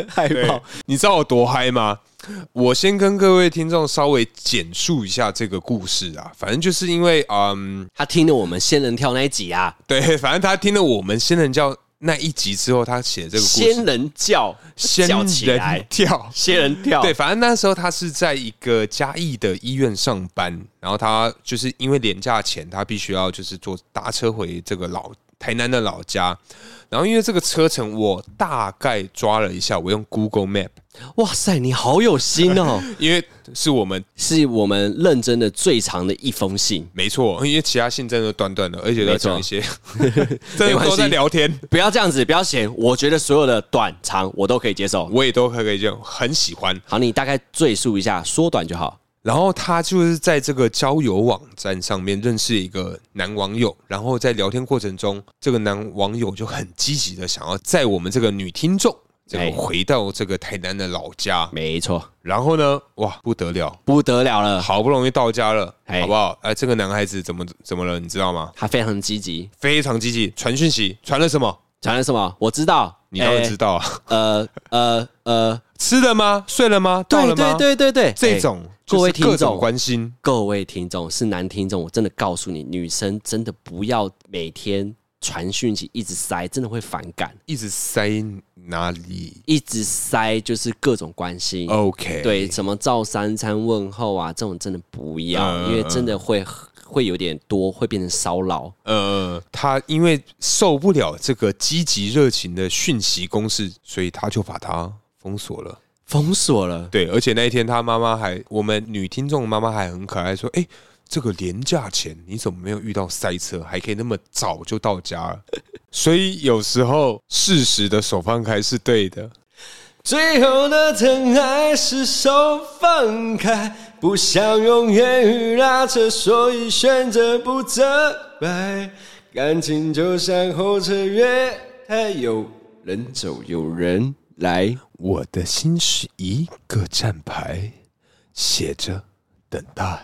S1: 害
S2: 对
S1: 怕，
S2: 你知道我多嗨吗？我先跟各位听众稍微简述一下这个故事啊，反正就是因为，嗯，
S1: 他听了我们仙人跳那一集啊，
S2: 对，反正他听了我们仙人教那一集之后，他写这个故
S1: 仙
S2: 事，
S1: 人叫叫起
S2: 仙人
S1: 来，哦
S2: 跳，
S1: 仙人跳，
S2: 对，反正那时候他是在一个嘉义的医院上班，然后他就是因为廉价钱，他必须要就是坐搭车回这个老台南的老家。然后因为这个车程，我大概抓了一下，我用 Google Map，
S1: 哇塞，你好有心 哦！
S2: 因为是我们
S1: 是我们认真的最长的一封信，
S2: 没错，因为其他信真的断断的，而且都在讲一些，
S1: 没
S2: 真的
S1: 关系
S2: 都在聊天，
S1: 不要这样子，不要嫌，我觉得所有的短长我都可以接受。
S2: 我也都可以这样很喜欢。
S1: 好，你大概赘述一下，缩短就好。
S2: 然后他就是在这个交友网站上面认识一个男网友，然后在聊天过程中，这个男网友就很积极的想要载我们这个女听众，这
S1: 哎
S2: 个回到这个台南的老家。
S1: 没错，
S2: 然后呢，哇，不得了，
S1: 不得了了，
S2: 好不容易到家了，
S1: 哎
S2: 好不好？哎，这个男孩子怎么怎么了？你知道吗？
S1: 他非常积极，
S2: 非常积极，传讯息，传了什么？
S1: 传了什么？我知道，
S2: 你当然知
S1: 哎
S2: 道啊，
S1: 呃呃呃，
S2: 吃了吗？睡了吗？到
S1: 对
S2: 了吗？
S1: 对对对对，
S2: 这
S1: 哎
S2: 种
S1: 各位
S2: 就是各
S1: 听众
S2: 种关心，
S1: 各位听众是男听众，我真的告诉你，女生真的不要每天传讯息一直塞，真的会反感。
S2: 一直塞哪里
S1: 一直塞就是各种关心，
S2: ？OK，
S1: 对，什么照三餐问候啊，这种真的不要，
S2: 嗯
S1: 因为真的会会有点多，会变成骚扰。
S2: 呃，他因为受不了这个积极热情的讯息攻势，所以他就把他封锁了。
S1: 封锁了，
S2: 对，而且那一天他妈妈还，我们女听众妈妈还很可爱，说：“哎、这个廉价钱你怎么没有遇到塞车，还可以那么早就到家了？” 所以有时候适时的手放开是对的。
S1: 最后的疼爱是手放开，不想用言语拉扯，所以选择不责备。感情就像候车月台，有人走，有人来。
S2: 我的心 是一个站牌，写着等待。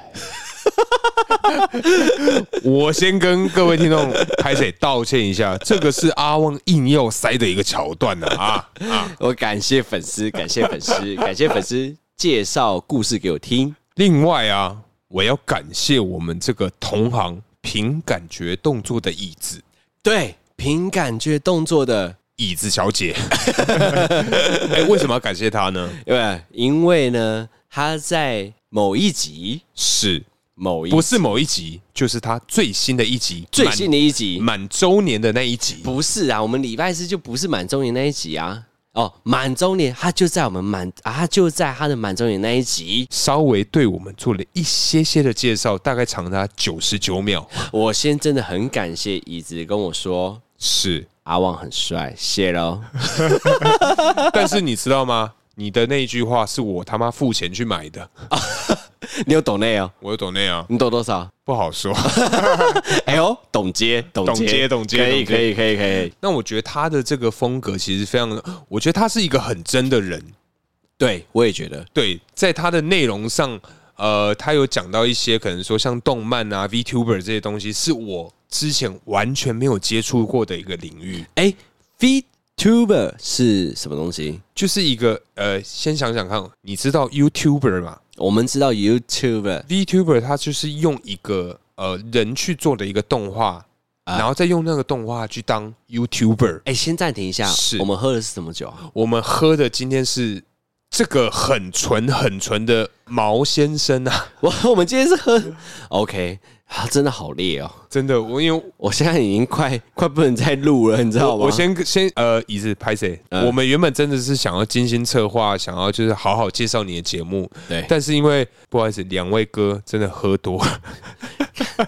S2: 我先跟各位听众拍谁道歉一下，这个是阿旺硬要塞的一个桥段呢啊啊！
S1: 我感谢粉丝，感谢粉 丝，感谢粉丝介绍故事给我听。
S2: 另外啊，我要感谢我们这个同行凭感觉动作的椅子
S1: 对，凭感觉动作的，
S2: 椅子小姐。 哎、为什么要感谢她呢？
S1: 对，因为呢，他在某一集，
S2: 是
S1: 某一
S2: 不是某一集，就是她最新的一集，
S1: 最新的一集，
S2: 满满周年的那一集。
S1: 不是啊，我们礼拜四就不是满周年那一集啊。哦，满周年，他就在我们满啊，他就在他的满周年那一集。
S2: 稍微对我们做了一些些的介绍，大概长达九十九秒。
S1: 我先真的很感谢椅子跟我说
S2: 是，
S1: 阿旺很帅，谢喽。
S2: 但是你知道吗？你的那一句话是我他妈付钱去买的，
S1: 你有懂内哦？
S2: 我有懂那样，
S1: 你懂多少？
S2: 不好说。
S1: 哎呦，懂接， 懂
S2: 懂接懂接
S1: 可以，
S2: 懂接
S1: 可以，可以，可以。
S2: 那我觉得他的这个风格其实非常，我觉得他是一个很真的人。
S1: 对，我也觉得，
S2: 对，在他的内容上，呃，他有讲到一些可能说像动漫啊、VTuber 这些东西，是我之前完全没有接触过的一个领域。
S1: 哎，VTuber 是什么东西？
S2: 就是一个呃，先想想看，你知道 YouTuber 吗？
S1: 我们知道 YouTuber，
S2: VTuber 它就是用一个呃人去做的一个动画，
S1: 啊
S2: 然后再用那个动画去当 YouTuber。
S1: 哎，先暂停一下，
S2: 是
S1: 我们喝的是什么酒啊？
S2: 我们喝的今天是这个很纯很纯的毛先生啊，
S1: 我我们今天是喝，OK，啊，真的好烈哦，
S2: 真的，我因为
S1: 我现在已经快快不能再录了，你知道嗯
S2: 我
S1: 吗？
S2: 我先先呃椅子拍谁？我们原本真的是想要精心策划，想要就是好好介绍你的节目，
S1: 对，
S2: 但是因为不好意思，两位哥真的喝多了，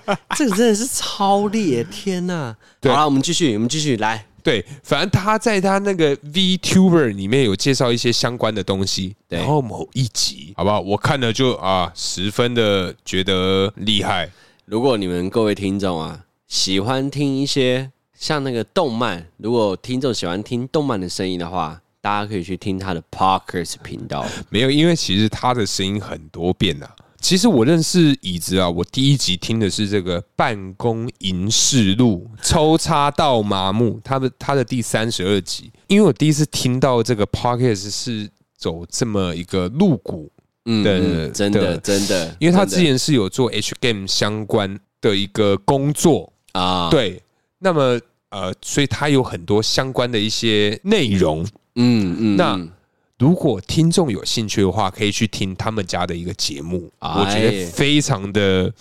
S1: 啊这个真的是超烈，天呐！
S2: 对
S1: 好了，我们继续，我们继续来。
S2: 对，反正他在他那个 VTuber 里面有介绍一些相关的东西，
S1: 对
S2: 然后某一集，好不好？我看了就啊，十分的觉得厉害。
S1: 如果你们各位听众啊，喜欢听一些像那个动漫，如果听众喜欢听动漫的声音的话，大家可以去听他的 Parkers 频道。
S2: 没有，因为其实他的声音很多变啊。其实我认识椅子啊，我第一集听的是这个《办公银饰录》，抽插到麻木，他的他的第三十二集。因为我第一次听到这个 podcast 是走这么一个露骨
S1: 嗯，
S2: 对
S1: 嗯真的
S2: 对
S1: 真的，
S2: 因为他之
S1: 真的
S2: 前是有做 H game 相关的一个工作，
S1: 啊，，
S2: 对，那么呃，所以他有很多相关的一些内容。
S1: 嗯嗯，
S2: 那
S1: 嗯
S2: 如果听众有兴趣的话，可以去听他们家的一个节目，
S1: 哎
S2: 我觉得非常的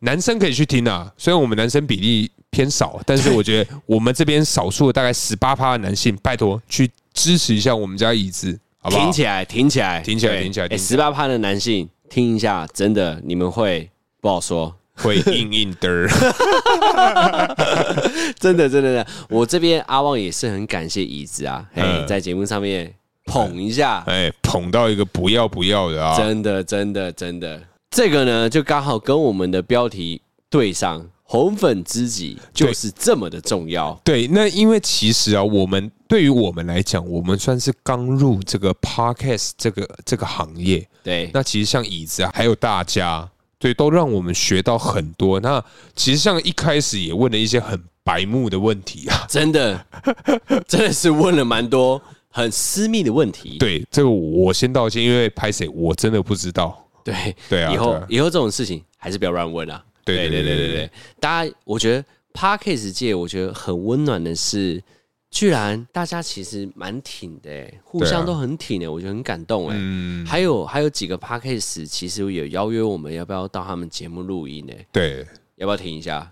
S2: 男生可以去听啊。虽然我们男生比例偏少，但是我觉得我们这边少数的大概十八趴的男性，拜托去支持一下我们家椅子，好不好
S1: 挺？起来，挺起来，哎
S2: 挺起来挺起来挺
S1: 十八趴的男性听一下，真的你们会不好说，
S2: 会硬硬的，
S1: 真的真的真的。我这边阿旺也是很感谢椅子啊，嘿
S2: 嗯，
S1: 在节目上面捧一下，
S2: 哎，捧到一个不要不要的 啊！
S1: 真的，真的，真的，这个呢，就刚好跟我们的标题对上，红粉知己就是这么的重要。
S2: 对，那因为其实啊，我们对于我们来讲，我们算是刚入这个 podcast 这个这个行业。
S1: 对，
S2: 那其实像椅子啊，还有大家，对，都让我们学到很多。那其实像一开始也问了一些很白目的问题啊，
S1: 真的，真的是问了蛮多很私密的问题。
S2: 对，这个我先道歉，因为拍谁我真的不知道。
S1: 对
S2: 对啊
S1: 以后
S2: 对啊
S1: 以后这种事情还是不要乱问啊。
S2: 对对对对
S1: 对，大家，我觉得 Parkes 界，我觉得很温暖的是。居然大家其实蛮挺的、欸，互
S2: 对啊
S1: 相都很挺欸的、我觉得很感动哎、
S2: 嗯，
S1: 还有还有几个 podcast 其实也邀约我们，要不要到他们节目录音呢、欸
S2: 对，
S1: 要不要停一下？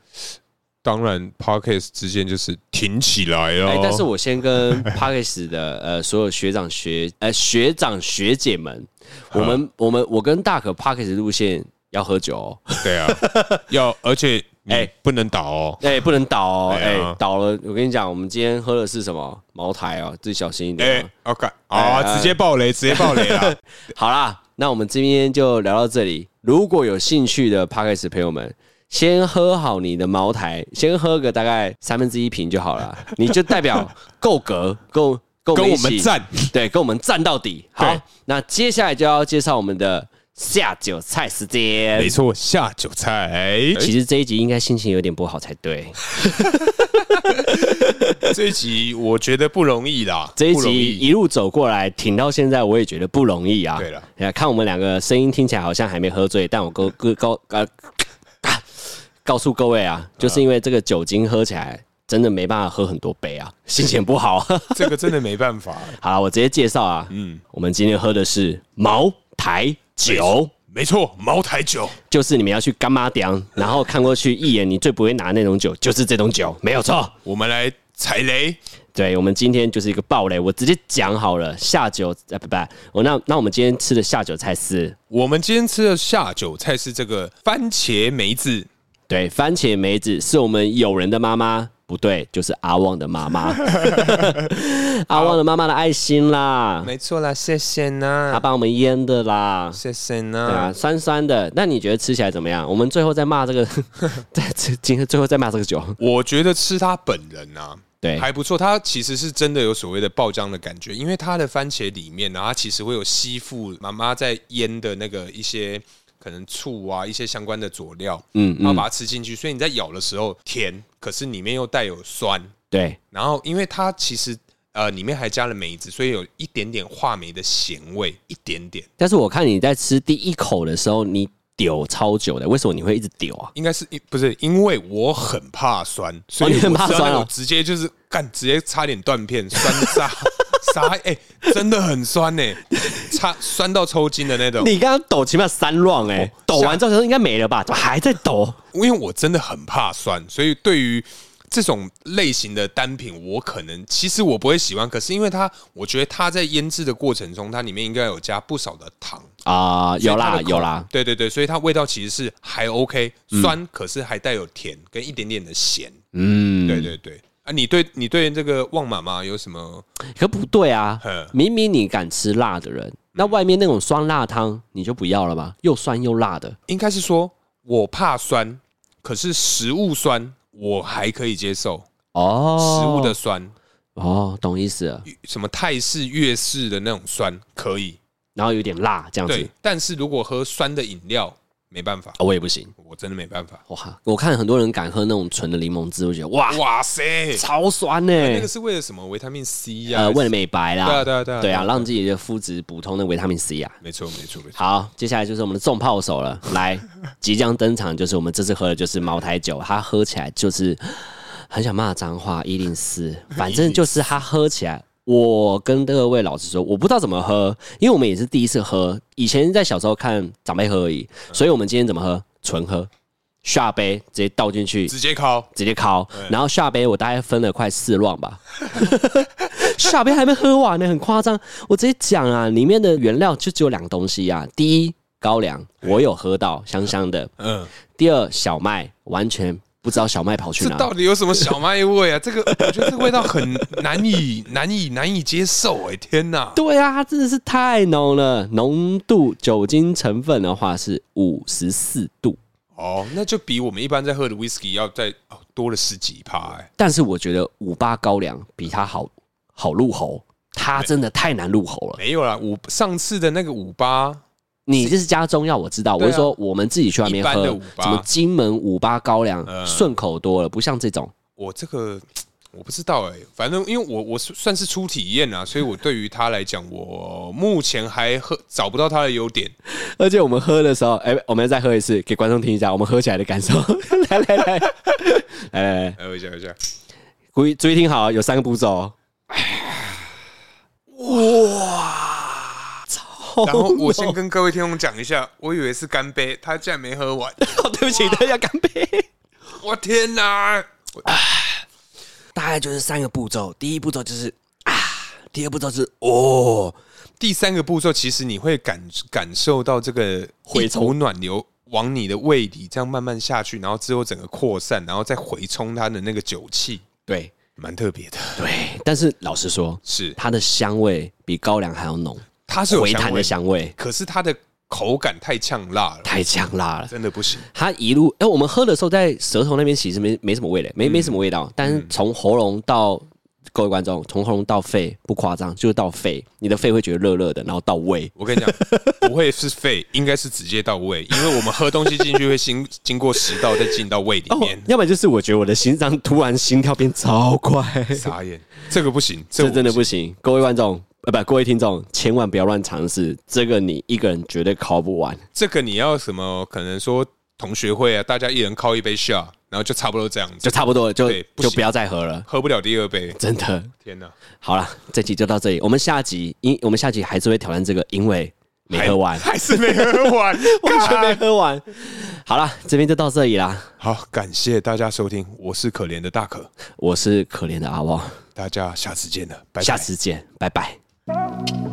S2: 当然 podcast 之间就是挺起来
S1: 哎、
S2: 哦。
S1: 但是我先跟 podcast 的呃所有学长学呃学长学姐们，我们我们我跟大可 podcast 路线要喝酒、哦，
S2: 对啊，要而且哎
S1: 哎
S2: 不能倒哦。
S1: 哎、不能倒哦，哎、
S2: 哎呀
S1: 倒了，我跟你讲，我们今天喝的是什么茅台哦，自己小心一点、
S2: 哎
S1: 哦。
S2: ，OK，
S1: 哎
S2: 啊，直接爆雷，直接爆 雷了。
S1: 好啦，那我们今天就聊到这里。如果有兴趣的 p a c k e s 朋友们，先喝好你的茅台，先喝个大概三分之一瓶就好 了，你就代表够格，够够
S2: 跟
S1: 一
S2: 我
S1: 起
S2: 们，战。
S1: 对，跟我们站到底。好
S2: 对，
S1: 那接下来就要介绍我们的下酒菜时间。
S2: 没错，下酒菜。
S1: 其实这一集应该心情有点不好才对。
S2: 这一集我觉得不容易啦，
S1: 这一
S2: 不容
S1: 集
S2: 易
S1: 一路走过来，挺到现在，我也觉得不容易啊。
S2: 对了，
S1: 看我们两个声音听起来好像还没喝醉，但我告告告呃，告诉各位
S2: 嗯
S1: 啊，就是因为这个酒精喝起来真的没办法喝很多杯 啊，心情不好。
S2: 这个真的没办法。
S1: 好啦，我直接介绍啊，嗯，我们今天喝的是茅台酒。
S2: 没错，茅台酒
S1: 就是你们要去干妈店，然后看过去一眼，你最不会拿那种酒，就是这种酒，没有错。
S2: 我们来踩雷。
S1: 对，我们今天就是一个暴雷，我直接讲好了，下酒呃不不，我那那我们今天吃的下酒菜是，
S2: 我们今天吃的下酒菜是这个番茄梅子，
S1: 对，番茄梅子是我们友人的妈妈，不对，就是阿旺的妈妈，阿旺的妈妈的爱心啦，
S2: 没错啦，谢谢
S1: 她
S2: 呢，
S1: 帮我们腌的啦。
S2: 谢谢
S1: 对
S2: 呢。
S1: 啊，酸酸的，那你觉得吃起来怎么样？我们最后再骂这个， 再这今天最后再骂这个酒，
S2: 我觉得吃它本人啊，
S1: 对
S2: 还不错。它其实是真的有所谓的爆浆的感觉，因为它的番茄里面呢、它其实会有吸附妈妈在腌的那个一些可能醋啊，一些相关的佐料，嗯，然后把它吃进去，所以你在咬的时候甜，可是里面又带有酸，
S1: 对，
S2: 然后因为它其实呃里面还加了梅子，所以有一点点话梅的咸味，一点点。
S1: 但是我看你在吃第一口的时候，你丢超久的，为什么你会一直丢啊？
S2: 应该是不是因为我很怕酸，所以
S1: 你
S2: 我
S1: 很怕
S2: 吃到那
S1: 酸哦
S2: 种直接就是干，直接差点断片，酸炸杀， 哎、真的很酸呢、差酸到抽筋的那种。
S1: 你刚刚抖起码三 round 哎、抖完之后想说应该没了吧？怎么还在抖？
S2: 因为我真的很怕酸，所以对于这种类型的单品，我可能其实我不会喜欢，可是因为它，我觉得它在腌制的过程中，它里面应该有加不少的糖，
S1: 啊、有啦有啦，
S2: 对对对，所以它味道其实是还 OK，酸、可是还带有甜跟一点点的咸。
S1: 嗯，
S2: 对对对。啊，你对你对这个旺妈妈有什么？
S1: 可不对啊
S2: 呵，
S1: 明明你敢吃辣的人，那外面那种酸辣汤你就不要了吧？又酸又辣的，
S2: 应该是说我怕酸，可是食物酸我还可以接受，
S1: 哦，
S2: 食物的酸，
S1: 哦，懂意思了，
S2: 什么泰式、粤式的那种酸可以，
S1: 然后有点辣这样子
S2: 对。，但是如果喝酸的饮料，没办法，
S1: 啊我也不行，
S2: 我真的没办法。
S1: 哇！我看很多人敢喝那种纯的柠檬汁，我觉得哇，
S2: 哇塞，
S1: 超酸呢、
S2: 那个是为了什么？维他命 C 呀、
S1: 呃，为了美白啦，
S2: 对啊对啊对啊
S1: 对啊，让自己的肤质补充的维他命 C 啊。
S2: 没错没错没错。
S1: 好，接下来就是我们的重炮手了， 来，即将登场就是我们这次喝的就是茅台酒，它喝起来就是很想骂脏话一零 四，反正就是它喝起来。我跟各位老师说，我不知道怎么喝，因为我们也是第一次喝，以前在小时候看长辈喝而已，
S2: 嗯
S1: 所以我们今天怎么喝？纯喝，下杯直接倒进去，
S2: 直接烤，
S1: 直接烤，然后下杯我大概分了快四乱 吧，下杯还没喝完呢，很夸张。我直接讲啊，里面的原料就只有两个东西啊，第一高粱，我有喝到香香的；
S2: 嗯，
S1: 第二小麦，完全不知道小麦跑去
S2: 这
S1: 哪。
S2: 到底有什么小麦味 啊？这个我觉得这个味道很难以难以难以接受哎、天哪！
S1: 对啊，它真的是太浓了，浓度酒精成分的话是五十四度，
S2: 哦，那就比我们一般在喝的 whisky 要再、哦、多了十几趴、欸。
S1: 但是我觉得五八高粱比它好好入喉，它真的太难入喉了。
S2: 没有啦，五上次的那个五八，
S1: 你这是加中药，我知道。
S2: 对啊
S1: 我是说，我们自己去外面
S2: 一般
S1: 喝，
S2: 的五八
S1: 什么金门五八高粱，
S2: 嗯
S1: 顺口多了，不像这种。
S2: 我这个我不知道哎、反正因为我我是算是初体验啊，所以我对于它来讲，我目前还喝找不到它的优点。
S1: 而且我们喝的时候，哎、我们再喝一次，给观众听一下我们喝起来的感受。来来来，来来来，
S2: 来，哎我想一下，
S1: 注意注意听好，有三个步骤哦。哇，
S2: 然后
S1: 超
S2: 我先
S1: 浓
S2: 跟各位听众讲一下，我以为是干杯，他竟然没喝 完，
S1: 对不起，大家干杯。
S2: 我天哪！
S1: 大概就是三个步骤，第一步骤就是啊，第二步骤是哦，
S2: 第三个步骤，其实你会感感受到这个
S1: 回
S2: 回
S1: 冲
S2: 头暖流往你的胃里这样慢慢下去，然后之后整个扩散，然后再回冲它的那个酒气，
S1: 对
S2: 蛮特别的。
S1: 对。但是老实说，
S2: 是
S1: 它的香味比高粱还要浓，
S2: 它是有
S1: 回
S2: 香
S1: 弹
S2: 味
S1: 的，香味
S2: 可是它的口感太呛辣了，
S1: 太呛辣了。
S2: 真的不行。
S1: 它一路，哎、我
S2: 嗯
S1: 们喝的时候在舌头那边其实没没什么味蕾，没没什么味道，但是从喉咙到各位观众，从喉咙到肺不夸张，就是到肺，你的肺会觉得热热的，然后到胃，
S2: 我跟你讲， 不会是肺，应该是直接到胃，因为我们喝东西进去会经 经过食道，再进到胃里面。
S1: 哦要不然就是我觉得我的心脏突然心跳变超快，
S2: 傻眼，这个不行，这
S1: 这
S2: 个
S1: 真的不行。各位观众，呃，不，各位听众，千万不要乱尝试，这个你一个人绝对考不完。
S2: 这个你要什么？可能说同学会啊，大家一人靠一杯 shot，然后就差不多这样
S1: 就
S2: 子，
S1: 差不多了，就
S2: 对不
S1: 就
S2: 行
S1: 不要再喝了，
S2: 喝不了第二杯。
S1: 真的。
S2: 天哪，
S1: 好了，这集就到这里，我们下集因我们下集还是会挑战这个，因为没喝 完，
S2: 还 是没喝 完，
S1: 完全没
S2: 干
S1: 喝完。好了，这边就到这里啦。
S2: 好，感谢大家收听，我是可怜的大可，
S1: 我是可怜的阿旺，
S2: 大家下次见了，拜拜。
S1: 下次见，拜拜。
S3: Thank